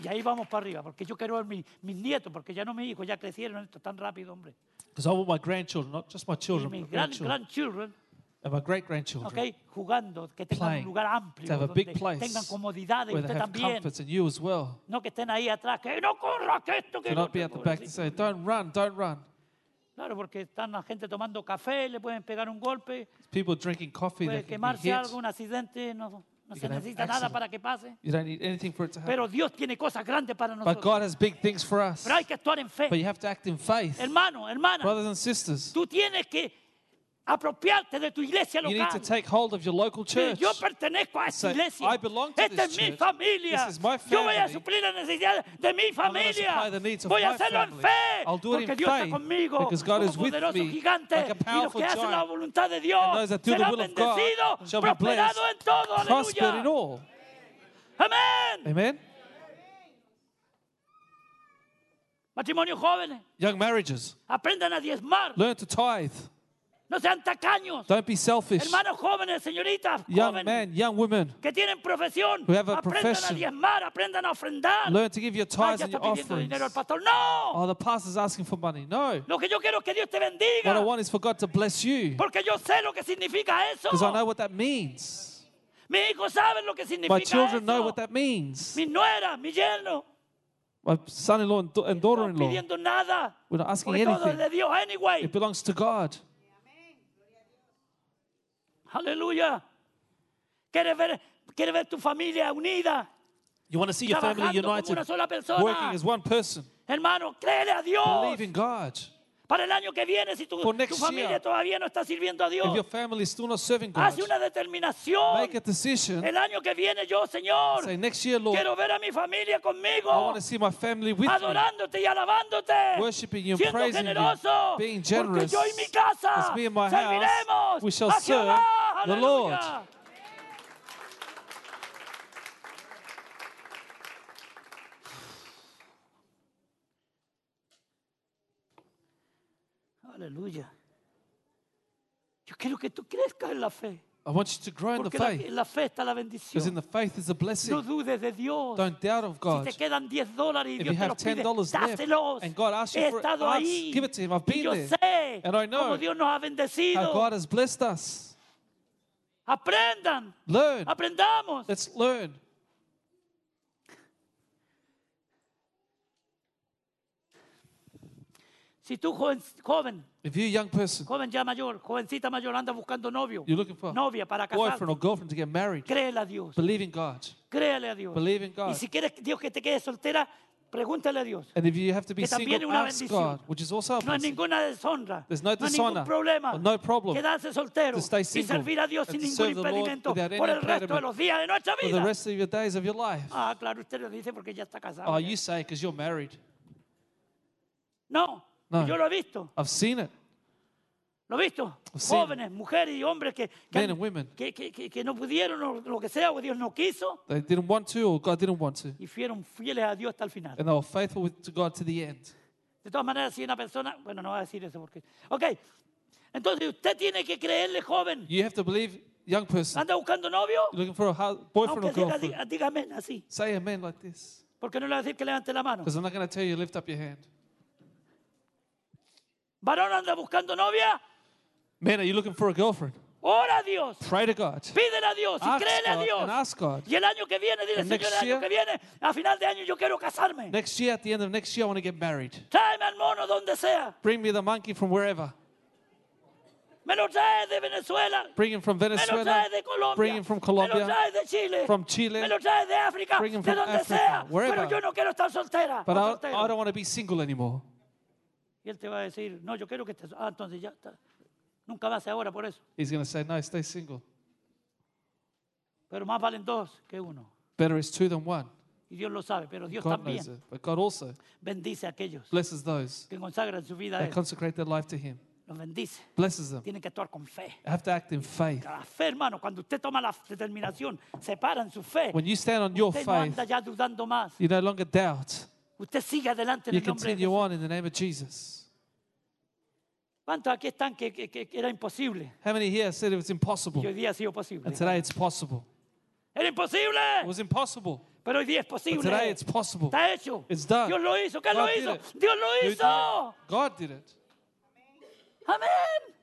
Speaker 1: Y ahí vamos para arriba, porque yo quiero a mi- mis nietos, porque ya no mis hijos, ya crecieron esto tan rápido, hombre.
Speaker 2: Because I want my grandchildren, not just my
Speaker 1: Y
Speaker 2: children,
Speaker 1: mis
Speaker 2: but
Speaker 1: gran,
Speaker 2: grandchildren
Speaker 1: grandchildren,
Speaker 2: and my great grandchildren.
Speaker 1: ok, jugando, que tengan
Speaker 2: Playing,
Speaker 1: un lugar amplio,
Speaker 2: to have a
Speaker 1: donde
Speaker 2: big place
Speaker 1: tengan comodidades,
Speaker 2: Where they
Speaker 1: usted
Speaker 2: have
Speaker 1: también.
Speaker 2: comforts and you as well.
Speaker 1: No que estén ahí atrás, que no corra, que esto, que
Speaker 2: Do
Speaker 1: lo
Speaker 2: not be at the
Speaker 1: otro,
Speaker 2: back
Speaker 1: sí.
Speaker 2: to say, don't run, don't run.
Speaker 1: Claro, porque están la gente tomando café, le pueden pegar un golpe,
Speaker 2: People drinking coffee,
Speaker 1: puede
Speaker 2: they can be
Speaker 1: quemarse
Speaker 2: hit.
Speaker 1: algo, un accidente, no, no se
Speaker 2: can have
Speaker 1: necesita nada
Speaker 2: accident.
Speaker 1: para que pase.
Speaker 2: You don't need anything for it to happen.
Speaker 1: Pero Dios tiene cosas grandes para
Speaker 2: But
Speaker 1: nosotros.
Speaker 2: God has big things for us.
Speaker 1: Pero hay que actuar en
Speaker 2: But
Speaker 1: fe.
Speaker 2: you have to act in faith.
Speaker 1: Hermano, hermana,
Speaker 2: Brothers and sisters,
Speaker 1: tú tienes que apropiarte de tu iglesia
Speaker 2: you need to
Speaker 1: local.
Speaker 2: take hold of your local
Speaker 1: Sí,
Speaker 2: church.
Speaker 1: yo pertenezco a esta
Speaker 2: Say,
Speaker 1: iglesia.
Speaker 2: "I belong to
Speaker 1: Esta es
Speaker 2: this
Speaker 1: mi
Speaker 2: church.
Speaker 1: familia.
Speaker 2: This is my
Speaker 1: Yo voy a
Speaker 2: family.
Speaker 1: suplir las necesidades de mi familia.
Speaker 2: supply the needs of
Speaker 1: Voy a
Speaker 2: my
Speaker 1: hacerlo en
Speaker 2: family.
Speaker 1: fe.
Speaker 2: I'll do it
Speaker 1: porque
Speaker 2: in
Speaker 1: Dios está
Speaker 2: faith,
Speaker 1: conmigo.
Speaker 2: because God
Speaker 1: como
Speaker 2: is with
Speaker 1: poderoso
Speaker 2: me,
Speaker 1: gigante.
Speaker 2: like a
Speaker 1: y los
Speaker 2: powerful
Speaker 1: que hacen la
Speaker 2: giant.
Speaker 1: voluntad de
Speaker 2: And
Speaker 1: Dios
Speaker 2: those that do the
Speaker 1: serán
Speaker 2: will of God
Speaker 1: bendecidos,
Speaker 2: shall be blessed,
Speaker 1: prosperados en todo.
Speaker 2: prospered in
Speaker 1: Aleluya.
Speaker 2: all.
Speaker 1: Amén.
Speaker 2: Amen?
Speaker 1: Matrimonios jóvenes,
Speaker 2: Young marriages,
Speaker 1: aprendan a diezmar.
Speaker 2: learn to tithe.
Speaker 1: No sean tacaños.
Speaker 2: Don't be selfish.
Speaker 1: Hermanos jóvenes, señoritas
Speaker 2: Young
Speaker 1: jóvenes
Speaker 2: men, young women,
Speaker 1: que tienen profesión,
Speaker 2: who have a
Speaker 1: aprendan a
Speaker 2: profession.
Speaker 1: diezmar, aprendan a ofrendar.
Speaker 2: learn to give your
Speaker 1: Ah,
Speaker 2: tithes
Speaker 1: ya
Speaker 2: and
Speaker 1: está
Speaker 2: your
Speaker 1: pidiendo
Speaker 2: offerings.
Speaker 1: dinero al pastor. No,
Speaker 2: Oh, the pastor's asking for money. No.
Speaker 1: lo que yo quiero es que Dios te
Speaker 2: What I
Speaker 1: bendiga,
Speaker 2: want is for God to bless you
Speaker 1: porque yo sé lo que significa eso.
Speaker 2: because I know what that means.
Speaker 1: Mis hijos saben lo que
Speaker 2: My
Speaker 1: significa
Speaker 2: children know
Speaker 1: eso.
Speaker 2: what that means.
Speaker 1: Mis nueras, mi yerno,
Speaker 2: My son in law and, and daughter
Speaker 1: no
Speaker 2: in law,
Speaker 1: pidiendo nada,
Speaker 2: we're not asking
Speaker 1: porque todo es
Speaker 2: anything.
Speaker 1: de Dios anyway.
Speaker 2: It belongs to God.
Speaker 1: Aleluya. ¿Quieres ver? Quiere ver tu familia unida,
Speaker 2: You want to see your family
Speaker 1: trabajando como
Speaker 2: united,
Speaker 1: una sola persona.
Speaker 2: working as one person.
Speaker 1: Hermano, créele a Dios.
Speaker 2: Believe in God.
Speaker 1: Para el año que viene, si tu,
Speaker 2: For
Speaker 1: tu
Speaker 2: next
Speaker 1: familia
Speaker 2: year.
Speaker 1: todavía no está sirviendo a
Speaker 2: If your
Speaker 1: Dios,
Speaker 2: family is still not serving God,
Speaker 1: hace una determinación.
Speaker 2: make a decision.
Speaker 1: El año que viene yo, Señor,
Speaker 2: Say, next year, Lord,
Speaker 1: quiero ver a mi familia
Speaker 2: I
Speaker 1: conmigo,
Speaker 2: want to see my family with me.
Speaker 1: adorándote y alabándote,
Speaker 2: Worshiping you and
Speaker 1: siendo
Speaker 2: praising you,
Speaker 1: generoso,
Speaker 2: being
Speaker 1: porque
Speaker 2: generous.
Speaker 1: yo y mi casa
Speaker 2: As me and my
Speaker 1: serviremos
Speaker 2: house, we shall
Speaker 1: a Jehová.
Speaker 2: serve the Lord.
Speaker 1: Aleluya. Aleluya. Yo quiero que tú crezcas en la fe.
Speaker 2: I want you to grow in the
Speaker 1: Porque la,
Speaker 2: faith.
Speaker 1: en la fe está la
Speaker 2: Because
Speaker 1: bendición.
Speaker 2: in the faith is a
Speaker 1: No
Speaker 2: blessing.
Speaker 1: dudes de Dios.
Speaker 2: Don't doubt of
Speaker 1: Si
Speaker 2: God.
Speaker 1: te quedan 10 dólares y
Speaker 2: If
Speaker 1: Dios te
Speaker 2: you have
Speaker 1: los pide,
Speaker 2: $10 left
Speaker 1: dáselos.
Speaker 2: and God asks you
Speaker 1: He
Speaker 2: for it,
Speaker 1: estado
Speaker 2: ask,
Speaker 1: ahí.
Speaker 2: give it to him. I've
Speaker 1: y
Speaker 2: been
Speaker 1: yo
Speaker 2: there.
Speaker 1: sé
Speaker 2: And I know
Speaker 1: cómo Dios nos ha
Speaker 2: How
Speaker 1: bendecido.
Speaker 2: God has blessed us.
Speaker 1: Aprendan,
Speaker 2: Learn.
Speaker 1: Ah. aprendamos.
Speaker 2: Let's learn.
Speaker 1: Si tú joven, joven,
Speaker 2: If you're a young person,
Speaker 1: joven ya mayor, jovencita mayor, anda buscando novio,
Speaker 2: you're looking for a
Speaker 1: novia para casar,
Speaker 2: boyfriend or girlfriend to get married,
Speaker 1: créele a Dios,
Speaker 2: believe in God.
Speaker 1: créele a Dios.
Speaker 2: Believe in God.
Speaker 1: Y si quieres que Dios que te quede soltera, pregúntale a Dios.
Speaker 2: And if you have to be
Speaker 1: Que también es
Speaker 2: single,
Speaker 1: una
Speaker 2: ask
Speaker 1: bendición.
Speaker 2: God, which is also a
Speaker 1: No hay
Speaker 2: blessing.
Speaker 1: ninguna deshonra.
Speaker 2: There's no
Speaker 1: no hay ningún
Speaker 2: dishonor
Speaker 1: problema.
Speaker 2: or no problem
Speaker 1: Quedarse soltero
Speaker 2: to stay
Speaker 1: y
Speaker 2: single
Speaker 1: servir a Dios sin
Speaker 2: and to
Speaker 1: ningún
Speaker 2: serve the Lord
Speaker 1: impedimento
Speaker 2: without any
Speaker 1: por el resto de
Speaker 2: impediment
Speaker 1: los días de nuestra
Speaker 2: For the
Speaker 1: vida.
Speaker 2: rest of your days of your life.
Speaker 1: Ah, claro, usted lo dice porque ya está casado.
Speaker 2: Oh,
Speaker 1: ya.
Speaker 2: you say because you're married.
Speaker 1: No,
Speaker 2: No.
Speaker 1: yo lo he visto.
Speaker 2: I've seen it.
Speaker 1: Lo he visto.
Speaker 2: Sí.
Speaker 1: Jóvenes, mujeres y hombres que, que,
Speaker 2: Men
Speaker 1: han-
Speaker 2: and women.
Speaker 1: que, que- que- que no pudieron o lo que sea, o Dios no quiso,
Speaker 2: They didn't want to, or God didn't want to.
Speaker 1: y fueron fieles a Dios hasta el final.
Speaker 2: And they were faithful with, to God to the end.
Speaker 1: De todas maneras, si una persona. Bueno, no voy a decir eso porque. Ok. Entonces, usted tiene que creerle, joven.
Speaker 2: You have to believe, young person,
Speaker 1: ¿Anda buscando novio?
Speaker 2: you're looking for a hu- boyfriend
Speaker 1: Aunque diga,
Speaker 2: or girlfriend.
Speaker 1: diga, diga amén así.
Speaker 2: Say amen like this.
Speaker 1: Porque no le voy a decir que levante la mano.
Speaker 2: Because I'm not going to tell you to lift up your hand.
Speaker 1: ¿Varón anda buscando novia?
Speaker 2: Man, are you looking for a girlfriend?
Speaker 1: Ora a Dios.
Speaker 2: Pray to God.
Speaker 1: Pídele a Dios y
Speaker 2: Ask
Speaker 1: créele a
Speaker 2: God
Speaker 1: Dios.
Speaker 2: and ask God.
Speaker 1: Y el año que viene, dile,
Speaker 2: And
Speaker 1: Señor,
Speaker 2: next
Speaker 1: el año
Speaker 2: year-
Speaker 1: que viene, a final de año yo quiero casarme.
Speaker 2: Next year, at the end of next year, I want to get married.
Speaker 1: Tráeme al mono donde sea.
Speaker 2: Bring me the monkey from wherever.
Speaker 1: Me lo traes de Venezuela.
Speaker 2: Bring him from
Speaker 1: Me lo
Speaker 2: Venezuela.
Speaker 1: traes de Colombia.
Speaker 2: Bring him from
Speaker 1: Me lo
Speaker 2: Colombia.
Speaker 1: traes de Chile.
Speaker 2: from Chile.
Speaker 1: Me lo traes de África.
Speaker 2: Bring him
Speaker 1: de
Speaker 2: from
Speaker 1: donde
Speaker 2: Africa,
Speaker 1: sea. Pero
Speaker 2: wherever.
Speaker 1: yo no quiero estar soltera.
Speaker 2: But
Speaker 1: o
Speaker 2: I,
Speaker 1: soltero.
Speaker 2: I don't want to be single anymore.
Speaker 1: Y él te va a decir, no, yo quiero que estés. Ah, entonces ya está. Nunca vas ahora por eso.
Speaker 2: He's going to say, no, stay single.
Speaker 1: Pero más valen dos que uno.
Speaker 2: Better is two than one.
Speaker 1: Y Dios lo sabe, pero Dios
Speaker 2: God knows
Speaker 1: también
Speaker 2: it. But God also
Speaker 1: bendice a aquellos
Speaker 2: blesses those
Speaker 1: que consagran su vida a
Speaker 2: that
Speaker 1: Él.
Speaker 2: consecrate their life to Him,
Speaker 1: Los bendice.
Speaker 2: blesses them.
Speaker 1: Tienen que actuar con fe.
Speaker 2: Have to act in faith.
Speaker 1: La fe, hermano, cuando usted toma la determinación, se para en su fe.
Speaker 2: When you stand on your
Speaker 1: usted no
Speaker 2: faith,
Speaker 1: anda ya dudando más.
Speaker 2: you no longer doubt.
Speaker 1: Usted sigue adelante en
Speaker 2: You
Speaker 1: el nombre de
Speaker 2: continue
Speaker 1: Jesús.
Speaker 2: on in the name of Jesus.
Speaker 1: ¿Cuántos aquí están que, que- que era imposible?
Speaker 2: How many here said it was impossible?
Speaker 1: Y hoy día ha sido posible.
Speaker 2: And today it's possible.
Speaker 1: Era
Speaker 2: It
Speaker 1: imposible,
Speaker 2: was impossible.
Speaker 1: pero hoy día es posible.
Speaker 2: But today it's possible.
Speaker 1: Está hecho.
Speaker 2: It's done.
Speaker 1: Dios lo hizo. ¿Qué lo
Speaker 2: God did
Speaker 1: hizo?
Speaker 2: it.
Speaker 1: Dios lo
Speaker 2: Who did
Speaker 1: hizo.
Speaker 2: it? God did it.
Speaker 1: Amén.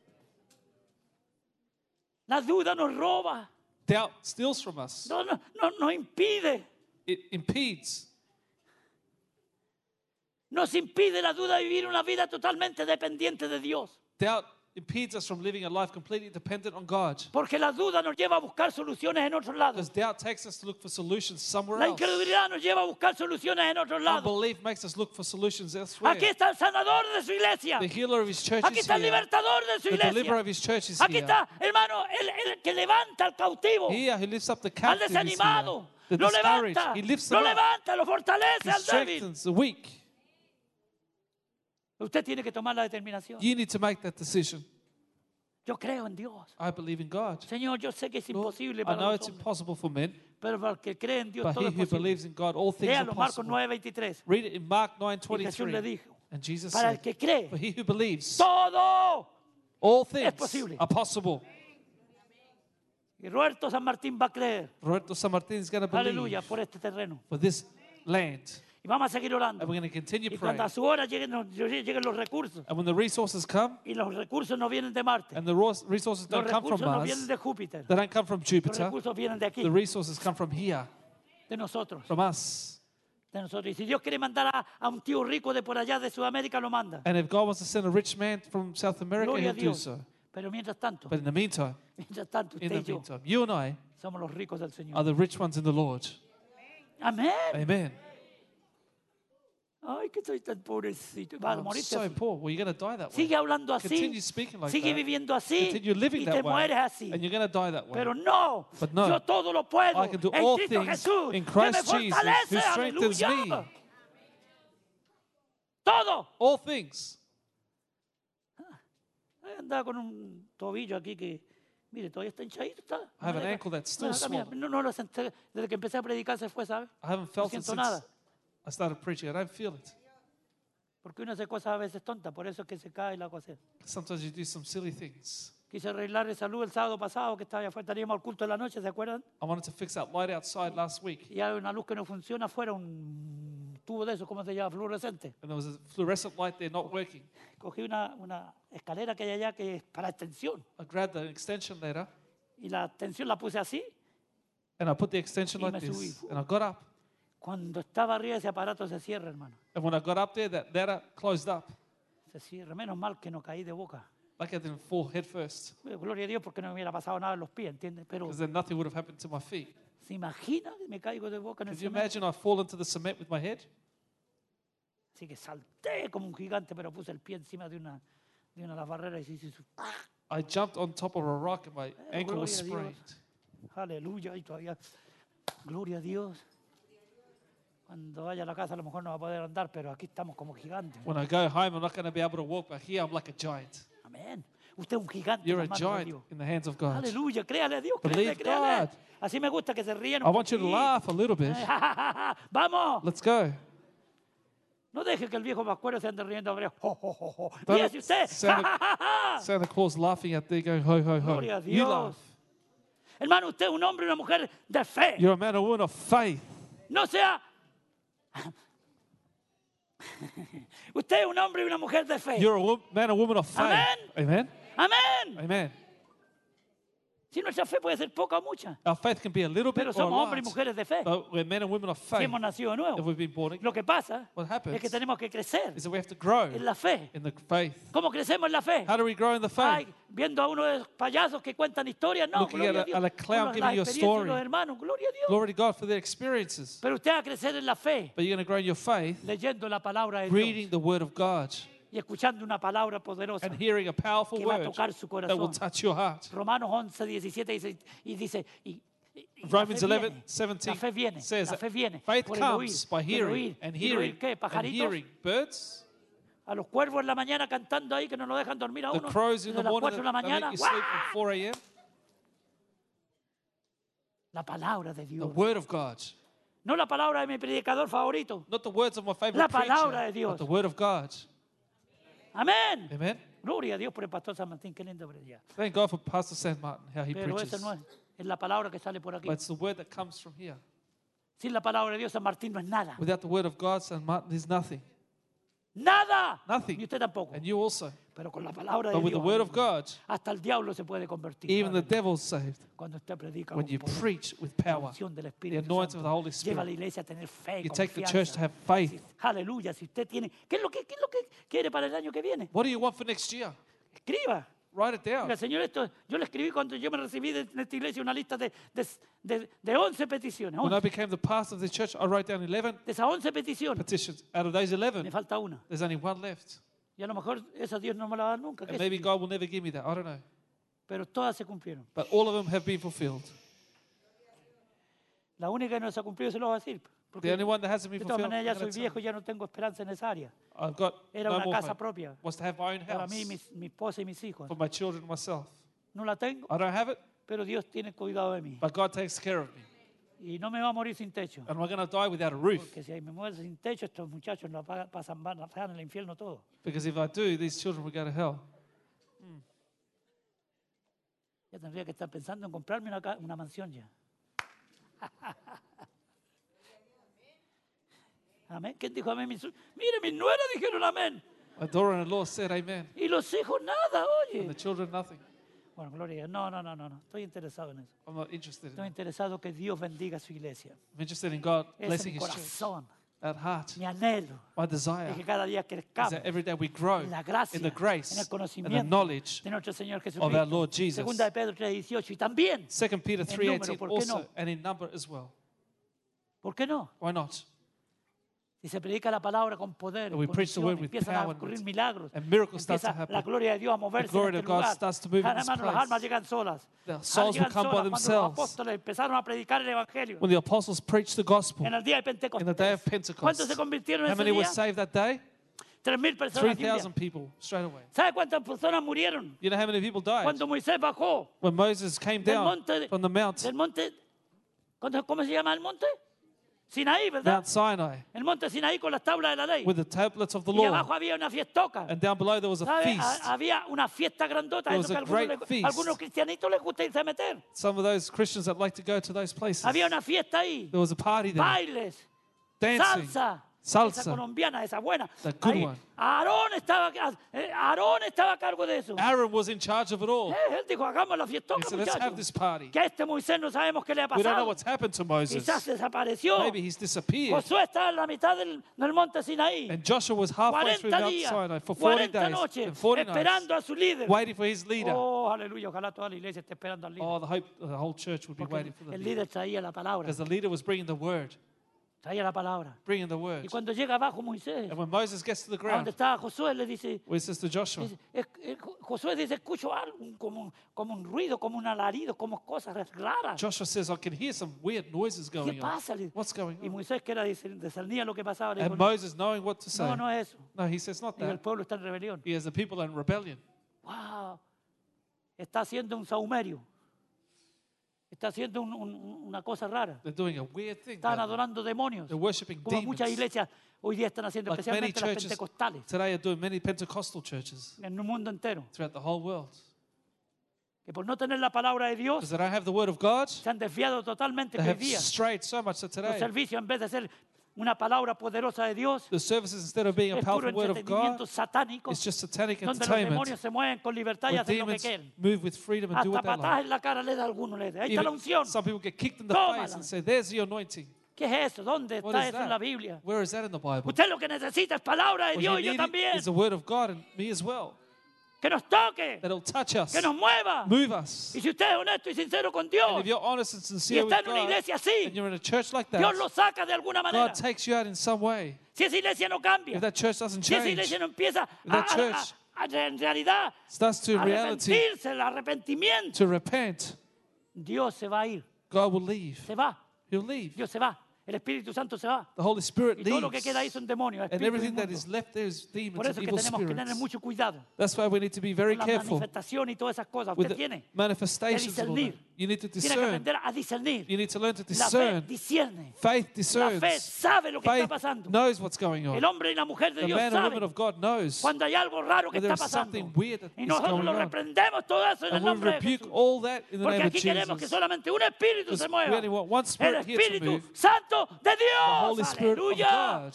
Speaker 1: La duda nos roba,
Speaker 2: Doubt steals from us.
Speaker 1: no, no, no, nos impide,
Speaker 2: It impedes.
Speaker 1: nos impide la duda vivir una vida totalmente dependiente de Dios.
Speaker 2: Doubt impedes us from living a life completely dependent on God.
Speaker 1: Porque la duda nos lleva a buscar soluciones en otros
Speaker 2: Because
Speaker 1: lados.
Speaker 2: doubt takes us to look for solutions somewhere
Speaker 1: La
Speaker 2: else.
Speaker 1: incredulidad nos lleva a buscar soluciones en otros lados.
Speaker 2: Unbelief makes us look for solutions elsewhere.
Speaker 1: Aquí está el sanador de su iglesia.
Speaker 2: The healer of his church
Speaker 1: Aquí
Speaker 2: is
Speaker 1: está el
Speaker 2: here.
Speaker 1: libertador de su
Speaker 2: The deliverer
Speaker 1: iglesia.
Speaker 2: of his church is
Speaker 1: Aquí
Speaker 2: here.
Speaker 1: está, hermano, el, el que levanta al cautivo,
Speaker 2: He who lifts up the
Speaker 1: al
Speaker 2: captive is here.
Speaker 1: desanimado.
Speaker 2: The
Speaker 1: Lo
Speaker 2: discouraged,
Speaker 1: levanta,
Speaker 2: he lifts
Speaker 1: lo
Speaker 2: them up.
Speaker 1: levanta, lo fortalece
Speaker 2: He
Speaker 1: al débil.
Speaker 2: strengthens the weak.
Speaker 1: Usted tiene que tomar la determinación.
Speaker 2: You need to make that decision.
Speaker 1: Yo creo en Dios.
Speaker 2: I believe in God.
Speaker 1: Señor, yo sé que es
Speaker 2: Lord,
Speaker 1: imposible
Speaker 2: I
Speaker 1: para
Speaker 2: know
Speaker 1: los
Speaker 2: it's
Speaker 1: hombres,
Speaker 2: impossible for men,
Speaker 1: pero para el que cree en Dios
Speaker 2: but
Speaker 1: todo
Speaker 2: he
Speaker 1: es
Speaker 2: who
Speaker 1: posible.
Speaker 2: believes in God, all things are
Speaker 1: Léalo, Marcos
Speaker 2: possible.
Speaker 1: 9:23.
Speaker 2: Read it in Mark
Speaker 1: Y Jesús le
Speaker 2: 9:23.
Speaker 1: dijo,
Speaker 2: And Jesus
Speaker 1: para el
Speaker 2: said,
Speaker 1: que cree,
Speaker 2: For he who believes,
Speaker 1: todo. e
Speaker 2: all things
Speaker 1: posible."
Speaker 2: are possible.
Speaker 1: Y Roberto San Martín va a creer.
Speaker 2: Roberto San Martin is going to
Speaker 1: Aleluya,
Speaker 2: believe
Speaker 1: por este terreno.
Speaker 2: for this land.
Speaker 1: Y vamos a seguir
Speaker 2: And
Speaker 1: orando.
Speaker 2: we're going to continue
Speaker 1: Y cuando
Speaker 2: praying.
Speaker 1: a su hora lleguen, los- lleguen los recursos.
Speaker 2: And when the resources come,
Speaker 1: Y los recursos no vienen de Marte.
Speaker 2: and the raw-
Speaker 1: Los
Speaker 2: resources don't come
Speaker 1: recursos
Speaker 2: from
Speaker 1: no vienen
Speaker 2: Mars,
Speaker 1: de Júpiter.
Speaker 2: they don't come from
Speaker 1: Los
Speaker 2: Jupiter,
Speaker 1: recursos vienen de aquí,
Speaker 2: the resources come from here,
Speaker 1: de nosotros.
Speaker 2: from us.
Speaker 1: De nosotros. Y si Dios quiere mandar a, a un tío rico de por allá de Sudamérica, lo manda.
Speaker 2: And if God wants to send a rich man from South America,
Speaker 1: Gloria a
Speaker 2: he'll do
Speaker 1: Dios.
Speaker 2: so.
Speaker 1: Pero mientras tanto,
Speaker 2: But in the meantime,
Speaker 1: mientras tanto,
Speaker 2: in
Speaker 1: usted y
Speaker 2: the
Speaker 1: yo
Speaker 2: meantime, you and I
Speaker 1: somos los ricos del
Speaker 2: are
Speaker 1: Señor.
Speaker 2: the rich ones in the Lord.
Speaker 1: Amén.
Speaker 2: Amen.
Speaker 1: Ay, que soy tan pobrecito. Va a
Speaker 2: I'm
Speaker 1: morirte
Speaker 2: so
Speaker 1: así.
Speaker 2: poor. Well, you're going to die that way.
Speaker 1: Sigue hablando así.
Speaker 2: Continue speaking like
Speaker 1: sigue
Speaker 2: that.
Speaker 1: viviendo así.
Speaker 2: Continue living
Speaker 1: y te
Speaker 2: that way.
Speaker 1: mueres así.
Speaker 2: And you're going to die that way.
Speaker 1: Pero no,
Speaker 2: But no.
Speaker 1: yo todo lo puedo
Speaker 2: I can do
Speaker 1: en
Speaker 2: all
Speaker 1: Cristo
Speaker 2: things
Speaker 1: Jesús
Speaker 2: in
Speaker 1: que me
Speaker 2: Christ Jesus
Speaker 1: fortalece,
Speaker 2: who strengthens
Speaker 1: aleluya.
Speaker 2: me.
Speaker 1: Todo.
Speaker 2: All things.
Speaker 1: Ay, Andaba con un tobillo aquí que, mire, todavía está hinchadito. Está. No
Speaker 2: have
Speaker 1: me
Speaker 2: an
Speaker 1: deja-
Speaker 2: ankle that's
Speaker 1: no me deja
Speaker 2: still
Speaker 1: caminar.
Speaker 2: swollen.
Speaker 1: No, no lo senté. Desde que empecé a predicar se fue, ¿sabe?
Speaker 2: I haven't
Speaker 1: No
Speaker 2: felt it
Speaker 1: siento
Speaker 2: since
Speaker 1: nada.
Speaker 2: I started preaching. I don't feel it.
Speaker 1: Porque uno hace cosas a veces tontas, por eso es que se cae la cosa.
Speaker 2: Sometimes you do some silly things.
Speaker 1: Quise arreglar de salud el sábado pasado, que estaba allá afuera, estaríamos al culto de la noche, ¿se acuerdan?
Speaker 2: I wanted to fix that light outside last week,
Speaker 1: Y hay una luz que no funciona afuera, un tubo de esos, ¿cómo se llama? Fluorescente.
Speaker 2: and there was a fluorescent light there not working.
Speaker 1: Cogí una, una escalera que hay allá que es para extensión.
Speaker 2: I grabbed an extension later,
Speaker 1: Y la extensión la puse así.
Speaker 2: and I put the extension
Speaker 1: Y me
Speaker 2: like this,
Speaker 1: subí.
Speaker 2: and I got up.
Speaker 1: Cuando estaba arriba ese aparato se cierra, hermano.
Speaker 2: And when I got up there, that ladder closed up,
Speaker 1: Se cierra. Menos mal que no caí de boca.
Speaker 2: like I didn't fall head first,
Speaker 1: Bueno, Gloria a Dios porque no me hubiera pasado nada en los pies, ¿entiendes? Pero
Speaker 2: because then nothing would have happened to my feet.
Speaker 1: se imagina que me caigo de boca en el
Speaker 2: Could you
Speaker 1: cemento.
Speaker 2: imagine I fall into the cement with my head?
Speaker 1: Así que salté como un gigante, pero puse el pie encima de una de una de las barreras y se hizo su-
Speaker 2: I jumped on top of a rock, and my ankle was
Speaker 1: gloria a
Speaker 2: sprained.
Speaker 1: Dios. Aleluya, y todavía, gloria a Dios. Cuando vaya a la casa a lo mejor no va a poder andar, pero aquí estamos como gigantes.
Speaker 2: When I go home, I'm not going to be able to walk, but here I'm like a giant.
Speaker 1: Amén. Usted es un gigante. en
Speaker 2: You're a
Speaker 1: las manos de
Speaker 2: giant
Speaker 1: Dios.
Speaker 2: in the hands of God.
Speaker 1: Aleluya, créale a Dios, créale,
Speaker 2: Believe
Speaker 1: créale.
Speaker 2: God.
Speaker 1: Así me gusta que se ríen.
Speaker 2: I
Speaker 1: un
Speaker 2: want you to
Speaker 1: poquito.
Speaker 2: laugh a little bit.
Speaker 1: Vamos,
Speaker 2: Let's go.
Speaker 1: no deje que el viejo vascuero se ande riendo. hombre. Jo, jo, jo, jo.
Speaker 2: Don't
Speaker 1: Mire, si usted.
Speaker 2: sound- Santa Claus laughing out there, going ho ho ho.
Speaker 1: Gloria a
Speaker 2: You
Speaker 1: Ah. Dios.
Speaker 2: laugh.
Speaker 1: Hermano, usted es un hombre y una mujer de fe.
Speaker 2: You're a man or woman of faith.
Speaker 1: No sea. Usted es un hombre y una mujer de fe.
Speaker 2: You're a wo- man or woman of faith.
Speaker 1: Amen.
Speaker 2: Amen.
Speaker 1: Amén.
Speaker 2: Amen.
Speaker 1: Si nuestra fe puede ser poca o mucha,
Speaker 2: Our faith can be a little bit
Speaker 1: pero
Speaker 2: or a
Speaker 1: somos
Speaker 2: lot,
Speaker 1: hombres y mujeres de fe.
Speaker 2: but we're men and women of
Speaker 1: Si
Speaker 2: faith.
Speaker 1: hemos nacido de
Speaker 2: If
Speaker 1: nuevo.
Speaker 2: we've been born again,
Speaker 1: Lo que pasa
Speaker 2: What happens
Speaker 1: es que tenemos que crecer
Speaker 2: is that we have to grow
Speaker 1: en la fe.
Speaker 2: in the faith.
Speaker 1: ¿Cómo crecemos en la fe?
Speaker 2: How do we grow in the faith?
Speaker 1: Ay, viendo a uno de los payasos que cuentan historias, no,
Speaker 2: Looking
Speaker 1: gloria
Speaker 2: at
Speaker 1: a
Speaker 2: a-
Speaker 1: Dios.
Speaker 2: at a clown
Speaker 1: Uno,
Speaker 2: giving
Speaker 1: la
Speaker 2: you a
Speaker 1: experiencia de
Speaker 2: story.
Speaker 1: los hermanos, gloria a Dios.
Speaker 2: Glory to God for their experiences.
Speaker 1: Pero usted va a crecer en la fe
Speaker 2: But you're going to grow in your faith
Speaker 1: leyendo la palabra de Dios
Speaker 2: reading the Word of God
Speaker 1: y escuchando una palabra poderosa.
Speaker 2: and hearing a powerful
Speaker 1: Que va a
Speaker 2: word
Speaker 1: tocar su
Speaker 2: that will
Speaker 1: corazón.
Speaker 2: touch your heart.
Speaker 1: Romanos 11, 17 dice, y dice, y, y- y la
Speaker 2: Romans
Speaker 1: fe
Speaker 2: 11,
Speaker 1: viene, la
Speaker 2: 17
Speaker 1: fe viene,
Speaker 2: says
Speaker 1: la fe viene,
Speaker 2: that faith
Speaker 1: por el oír,
Speaker 2: comes by
Speaker 1: y el
Speaker 2: hearing
Speaker 1: oír,
Speaker 2: and
Speaker 1: y el
Speaker 2: hearing
Speaker 1: oír, ¿qué?
Speaker 2: and
Speaker 1: Pajaritos,
Speaker 2: hearing. Birds,
Speaker 1: a los cuervos en la mañana cantando ahí que no lo dejan dormir a
Speaker 2: the
Speaker 1: uno,
Speaker 2: crows in
Speaker 1: desde
Speaker 2: the
Speaker 1: las
Speaker 2: morning
Speaker 1: 4 de la
Speaker 2: that, that
Speaker 1: mañana,
Speaker 2: make you sleep
Speaker 1: ¡guau!
Speaker 2: at 4 a.m.
Speaker 1: la palabra de
Speaker 2: The
Speaker 1: Dios,
Speaker 2: Word of God.
Speaker 1: no la palabra de mi predicador favorito,
Speaker 2: Not the words of my favorite
Speaker 1: La
Speaker 2: preacher,
Speaker 1: palabra de Dios.
Speaker 2: but the Word of God.
Speaker 1: amén,
Speaker 2: Amen.
Speaker 1: gloria a Dios por el pastor San Martín, qué lindo predicar,
Speaker 2: Thank God for Pastor San Martin, how he
Speaker 1: pero
Speaker 2: preaches.
Speaker 1: eso no es, es la palabra que sale por aquí,
Speaker 2: But it's the word that comes from here.
Speaker 1: sin la palabra de Dios San Martín no es nada,
Speaker 2: Without the word of God, San Martin is nothing.
Speaker 1: nada,
Speaker 2: Nothing.
Speaker 1: ni usted tampoco,
Speaker 2: And you also.
Speaker 1: pero con la palabra de
Speaker 2: But with the
Speaker 1: Dios,
Speaker 2: word of God,
Speaker 1: hasta el diablo se puede convertir,
Speaker 2: even the
Speaker 1: aleluya.
Speaker 2: devil's saved.
Speaker 1: cuando usted predica
Speaker 2: When
Speaker 1: con
Speaker 2: you
Speaker 1: poder.
Speaker 2: preach with power,
Speaker 1: unción del
Speaker 2: the
Speaker 1: Espíritu
Speaker 2: anointing of
Speaker 1: Santo.
Speaker 2: the Holy
Speaker 1: Lleva a la
Speaker 2: Spirit,
Speaker 1: iglesia a tener fe,
Speaker 2: you take the church
Speaker 1: confianza.
Speaker 2: to have faith.
Speaker 1: Aleluya, si usted tiene, ¿qué es lo que qué es lo que quiere para el año que viene?
Speaker 2: What do you want for next year?
Speaker 1: Escriba.
Speaker 2: Write it down.
Speaker 1: Mira, señor, esto yo le escribí cuando yo me recibí de, de esta iglesia una lista de, de, de, de 11 peticiones.
Speaker 2: When I
Speaker 1: 11.
Speaker 2: became the pastor of the church, I wrote down 11
Speaker 1: De esas 11 peticiones,
Speaker 2: petitions. Out of those
Speaker 1: me
Speaker 2: 11,
Speaker 1: falta una.
Speaker 2: there's only one left.
Speaker 1: Y a lo mejor esa Dios no me la va a dar nunca, qué
Speaker 2: And
Speaker 1: sé
Speaker 2: maybe
Speaker 1: yo.
Speaker 2: God will never give me that. I don't know.
Speaker 1: pero todas se cumplieron.
Speaker 2: But all of them have been fulfilled.
Speaker 1: La única que no se ha cumplido se lo voy a decir. Porque
Speaker 2: The only one that hasn't been
Speaker 1: de todas
Speaker 2: fulfilled.
Speaker 1: maneras ya
Speaker 2: I'm gonna
Speaker 1: soy
Speaker 2: tell
Speaker 1: viejo
Speaker 2: you.
Speaker 1: y ya no tengo esperanza en esa área.
Speaker 2: I've got
Speaker 1: Era
Speaker 2: no
Speaker 1: una
Speaker 2: more
Speaker 1: casa
Speaker 2: hope.
Speaker 1: propia
Speaker 2: Was to have my own
Speaker 1: para
Speaker 2: house
Speaker 1: mí, mis- mi esposa y mis hijos.
Speaker 2: for my children and myself.
Speaker 1: No la tengo,
Speaker 2: I don't have it,
Speaker 1: pero Dios tiene cuidado de mí.
Speaker 2: but God takes care of me.
Speaker 1: Y no me va a morir sin techo.
Speaker 2: And we're going to die without a roof.
Speaker 1: Porque si me muero sin techo, estos muchachos la pa- pasan, van a pagar en el infierno todo.
Speaker 2: Because if I do, these children will go to hell.
Speaker 1: Ya tendría que estar pensando en comprarme una, ca- una mansión ya. Amén. ¿Quién dijo amén? Mis- Mire, mis nueras dijeron amén.
Speaker 2: My daughter in law said, Amen.
Speaker 1: Y los hijos nada,
Speaker 2: And the
Speaker 1: oye.
Speaker 2: children, nothing.
Speaker 1: Bueno, Gloria, a Dios. no, no, no, no, no. Estoy interesado en eso.
Speaker 2: I'm not interested in
Speaker 1: Estoy
Speaker 2: that.
Speaker 1: interesado que Dios bendiga a su iglesia.
Speaker 2: I'm interested in God
Speaker 1: Ese es
Speaker 2: blessing
Speaker 1: mi
Speaker 2: His church.
Speaker 1: corazón.
Speaker 2: at heart.
Speaker 1: Mi anhelo
Speaker 2: My
Speaker 1: es
Speaker 2: desire
Speaker 1: que cada día
Speaker 2: is
Speaker 1: crezcamos
Speaker 2: that every day we grow
Speaker 1: en la
Speaker 2: in
Speaker 1: gracia,
Speaker 2: the grace
Speaker 1: en el
Speaker 2: and the
Speaker 1: conocimiento
Speaker 2: knowledge.
Speaker 1: de nuestro Señor
Speaker 2: of our Lord
Speaker 1: Jesucristo.
Speaker 2: Jesus.
Speaker 1: Segunda de Pedro 3:18 y también,
Speaker 2: 2 Peter
Speaker 1: En número,
Speaker 2: 3.18
Speaker 1: ¿por qué
Speaker 2: also,
Speaker 1: no?
Speaker 2: and in number as well.
Speaker 1: ¿por qué no?
Speaker 2: Why not?
Speaker 1: Si se predica la palabra con poder,
Speaker 2: And we
Speaker 1: con
Speaker 2: preach the
Speaker 1: unción,
Speaker 2: word with
Speaker 1: empiezan a
Speaker 2: power and
Speaker 1: ocurrir
Speaker 2: might.
Speaker 1: milagros,
Speaker 2: And miracles start to
Speaker 1: empieza la
Speaker 2: happen.
Speaker 1: gloria de Dios a moverse en
Speaker 2: glory
Speaker 1: este
Speaker 2: of God
Speaker 1: lugar.
Speaker 2: starts to move in
Speaker 1: Ahora,
Speaker 2: this
Speaker 1: hermano, las
Speaker 2: place.
Speaker 1: almas llegan solas.
Speaker 2: The
Speaker 1: Las
Speaker 2: souls
Speaker 1: llegan
Speaker 2: will come by
Speaker 1: solas cuando los
Speaker 2: themselves.
Speaker 1: apóstoles empezaron a predicar el evangelio
Speaker 2: When the apostles preached the gospel
Speaker 1: en el día de
Speaker 2: in the day
Speaker 1: Pentecostés.
Speaker 2: of Pentecost,
Speaker 1: ¿Cuántos se convirtieron
Speaker 2: how
Speaker 1: en
Speaker 2: many
Speaker 1: ese
Speaker 2: were
Speaker 1: día?
Speaker 2: saved that day?
Speaker 1: 3.000 personas. de un día.
Speaker 2: 3,000 people straight away.
Speaker 1: ¿Sabe cuántas personas murieron?
Speaker 2: You know how many people died?
Speaker 1: Cuando Moisés bajó
Speaker 2: When Moses came
Speaker 1: del
Speaker 2: down
Speaker 1: monte, de-
Speaker 2: from the mount,
Speaker 1: del monte ¿cuándo- ¿cómo se llama el monte? Sinaí, ¿verdad?
Speaker 2: Mount Sinai,
Speaker 1: el monte Sinaí con las tablas de la ley.
Speaker 2: with the tablets of the
Speaker 1: Y
Speaker 2: law,
Speaker 1: abajo había una fiestoca.
Speaker 2: and down below there was a
Speaker 1: ¿Sabe?
Speaker 2: feast.
Speaker 1: Ha- había una fiesta grandota,
Speaker 2: There
Speaker 1: eso
Speaker 2: was
Speaker 1: que
Speaker 2: a
Speaker 1: algunos,
Speaker 2: great
Speaker 1: le-
Speaker 2: feast.
Speaker 1: algunos cristianitos les gusta irse a meter.
Speaker 2: Some of those Christians that like to go to those places,
Speaker 1: Había
Speaker 2: there
Speaker 1: una fiesta ahí,
Speaker 2: was a party there,
Speaker 1: bailes,
Speaker 2: dancing,
Speaker 1: salsa, esa
Speaker 2: salsa.
Speaker 1: colombiana, esa buena.
Speaker 2: The good
Speaker 1: Ahí,
Speaker 2: one.
Speaker 1: Aarón estaba, eh, Aarón estaba a cargo de eso.
Speaker 2: Aaron was in charge of it all.
Speaker 1: Eh, él dijo, hagamos la fiesta,
Speaker 2: He said, let's have this party.
Speaker 1: Que a este Moisés no sabemos qué le ha
Speaker 2: We don't know
Speaker 1: pasado.
Speaker 2: what's happened to Moses.
Speaker 1: Quizás desapareció.
Speaker 2: Maybe he's disappeared.
Speaker 1: Josué está en la mitad del, del monte Sinaí.
Speaker 2: And Joshua was halfway through
Speaker 1: 40
Speaker 2: Mount
Speaker 1: días,
Speaker 2: Sinai for
Speaker 1: 40
Speaker 2: 40 days
Speaker 1: noches,
Speaker 2: and 40 nights,
Speaker 1: esperando a su líder.
Speaker 2: waiting for his leader.
Speaker 1: Oh, aleluya, ojalá toda la iglesia esté esperando al líder.
Speaker 2: Oh, the, hope, the whole church would be
Speaker 1: porque
Speaker 2: waiting for
Speaker 1: el,
Speaker 2: the
Speaker 1: el
Speaker 2: leader.
Speaker 1: líder traía la palabra,
Speaker 2: Because the leader was bringing the word,
Speaker 1: traía la palabra.
Speaker 2: bringing the word.
Speaker 1: Y cuando llega abajo Moisés,
Speaker 2: And when Moses gets to the
Speaker 1: a donde
Speaker 2: ground,
Speaker 1: estaba Josué, le dice,
Speaker 2: where says to Joshua,
Speaker 1: dice, "Es- es- Jo- Josué dice, escucho algo, un- como, un- como un ruido, como un alarido, como cosas raras.
Speaker 2: Joshua says, I can hear some weird noises
Speaker 1: ¿Qué
Speaker 2: going on.
Speaker 1: pasa? Le-
Speaker 2: What's going
Speaker 1: Y
Speaker 2: on?
Speaker 1: Moisés que era discer- discernía lo que pasaba, le dijo,
Speaker 2: And Moses, knowing what to say,
Speaker 1: no, no es eso.
Speaker 2: no, he says, not
Speaker 1: Y el
Speaker 2: that.
Speaker 1: pueblo está en rebelión.
Speaker 2: He has the people in rebellion.
Speaker 1: Wow. Está haciendo un saumerio. Está haciendo un- un- un- una cosa rara.
Speaker 2: They're doing a weird thing.
Speaker 1: Están
Speaker 2: down there.
Speaker 1: adorando demonios.
Speaker 2: They're worshipping
Speaker 1: Como muchas
Speaker 2: demons.
Speaker 1: iglesias hoy día están haciendo,
Speaker 2: Like many
Speaker 1: especialmente las
Speaker 2: churches
Speaker 1: pentecostales,
Speaker 2: today are doing, many Pentecostal churches
Speaker 1: en el mundo entero.
Speaker 2: throughout the whole world.
Speaker 1: Que por no tener la palabra de Dios,
Speaker 2: Because they don't have the word of God,
Speaker 1: se han desviado totalmente que
Speaker 2: they
Speaker 1: hoy
Speaker 2: have
Speaker 1: día.
Speaker 2: strayed so much that
Speaker 1: Los
Speaker 2: today
Speaker 1: servicios, en vez de ser una palabra poderosa de Dios,
Speaker 2: the services, instead of being a
Speaker 1: es puro
Speaker 2: powerful word of God,
Speaker 1: entretenimiento satánico,
Speaker 2: it's just satanic
Speaker 1: donde los
Speaker 2: entertainment.
Speaker 1: demonios se mueven con libertad y
Speaker 2: Where
Speaker 1: hacen lo que
Speaker 2: demons
Speaker 1: quieren.
Speaker 2: move with freedom and do
Speaker 1: Hasta
Speaker 2: what they
Speaker 1: patadas
Speaker 2: like.
Speaker 1: en la cara le da a alguno. Le da. Ahí está la
Speaker 2: Even
Speaker 1: unción.
Speaker 2: some people get kicked in the
Speaker 1: Tómala.
Speaker 2: face and say, There's the anointing.
Speaker 1: ¿Qué es eso? ¿Dónde
Speaker 2: What
Speaker 1: está
Speaker 2: is
Speaker 1: eso en la
Speaker 2: that?
Speaker 1: Biblia?
Speaker 2: Where is that in the Bible?
Speaker 1: Usted lo que necesita es palabra de
Speaker 2: What
Speaker 1: Dios
Speaker 2: you
Speaker 1: y yo
Speaker 2: need
Speaker 1: también.
Speaker 2: is the word of God and me as well.
Speaker 1: Que nos toque,
Speaker 2: That'll touch us,
Speaker 1: que nos mueva.
Speaker 2: move us.
Speaker 1: Y si usted es honesto y sincero con
Speaker 2: And
Speaker 1: Dios,
Speaker 2: if you're honest and
Speaker 1: y
Speaker 2: sincere
Speaker 1: está
Speaker 2: with
Speaker 1: en una
Speaker 2: God,
Speaker 1: iglesia
Speaker 2: and
Speaker 1: así,
Speaker 2: you're in a church like
Speaker 1: Dios lo
Speaker 2: that,
Speaker 1: saca de alguna manera.
Speaker 2: God takes you out in some way.
Speaker 1: Si esa iglesia no cambia,
Speaker 2: If that church doesn't
Speaker 1: si esa
Speaker 2: change,
Speaker 1: iglesia no empieza a,
Speaker 2: that
Speaker 1: a- a-
Speaker 2: church
Speaker 1: a- en realidad
Speaker 2: starts to in reality
Speaker 1: arrepentirse, el arrepentimiento,
Speaker 2: to repent,
Speaker 1: Dios se va a ir,
Speaker 2: God will leave.
Speaker 1: se va,
Speaker 2: He'll leave.
Speaker 1: Dios se va, el Espíritu Santo se va.
Speaker 2: The Holy Spirit
Speaker 1: Y todo lo que
Speaker 2: leaves.
Speaker 1: queda ahí son demonios,
Speaker 2: And
Speaker 1: espíritus
Speaker 2: everything that
Speaker 1: inmundos.
Speaker 2: is left there is
Speaker 1: Por
Speaker 2: demons
Speaker 1: eso
Speaker 2: and
Speaker 1: es que
Speaker 2: evil
Speaker 1: tenemos que tener
Speaker 2: spirits.
Speaker 1: mucho cuidado
Speaker 2: That's why we need to be very
Speaker 1: con la
Speaker 2: careful
Speaker 1: manifestación y todas esas cosas.
Speaker 2: with
Speaker 1: Usted
Speaker 2: the
Speaker 1: tiene,
Speaker 2: manifestations of all that.
Speaker 1: discernir.
Speaker 2: You need to
Speaker 1: tiene que
Speaker 2: discern.
Speaker 1: aprender a discernir.
Speaker 2: You need to learn to
Speaker 1: La fe
Speaker 2: discern.
Speaker 1: discierne,
Speaker 2: Faith
Speaker 1: la fe
Speaker 2: discerns.
Speaker 1: sabe lo que está
Speaker 2: Faith
Speaker 1: pasando.
Speaker 2: knows what's going
Speaker 1: El
Speaker 2: on.
Speaker 1: hombre y la mujer de
Speaker 2: The
Speaker 1: Dios
Speaker 2: man and woman
Speaker 1: saben
Speaker 2: of God knows.
Speaker 1: cuando hay algo raro que
Speaker 2: When
Speaker 1: está
Speaker 2: there's
Speaker 1: pasando.
Speaker 2: something weird that
Speaker 1: Y
Speaker 2: is
Speaker 1: nosotros
Speaker 2: going
Speaker 1: lo
Speaker 2: on.
Speaker 1: reprendemos todo eso en el
Speaker 2: And we
Speaker 1: nombre de
Speaker 2: rebuke
Speaker 1: Jesús.
Speaker 2: all that in the
Speaker 1: Porque
Speaker 2: name of
Speaker 1: aquí queremos que
Speaker 2: Jesus.
Speaker 1: solamente un espíritu se
Speaker 2: Because
Speaker 1: mueva.
Speaker 2: we only want one
Speaker 1: El
Speaker 2: spirit here to
Speaker 1: Espíritu
Speaker 2: move.
Speaker 1: Santo de
Speaker 2: The Holy
Speaker 1: Dios.
Speaker 2: Spirit of
Speaker 1: Aleluya.
Speaker 2: God.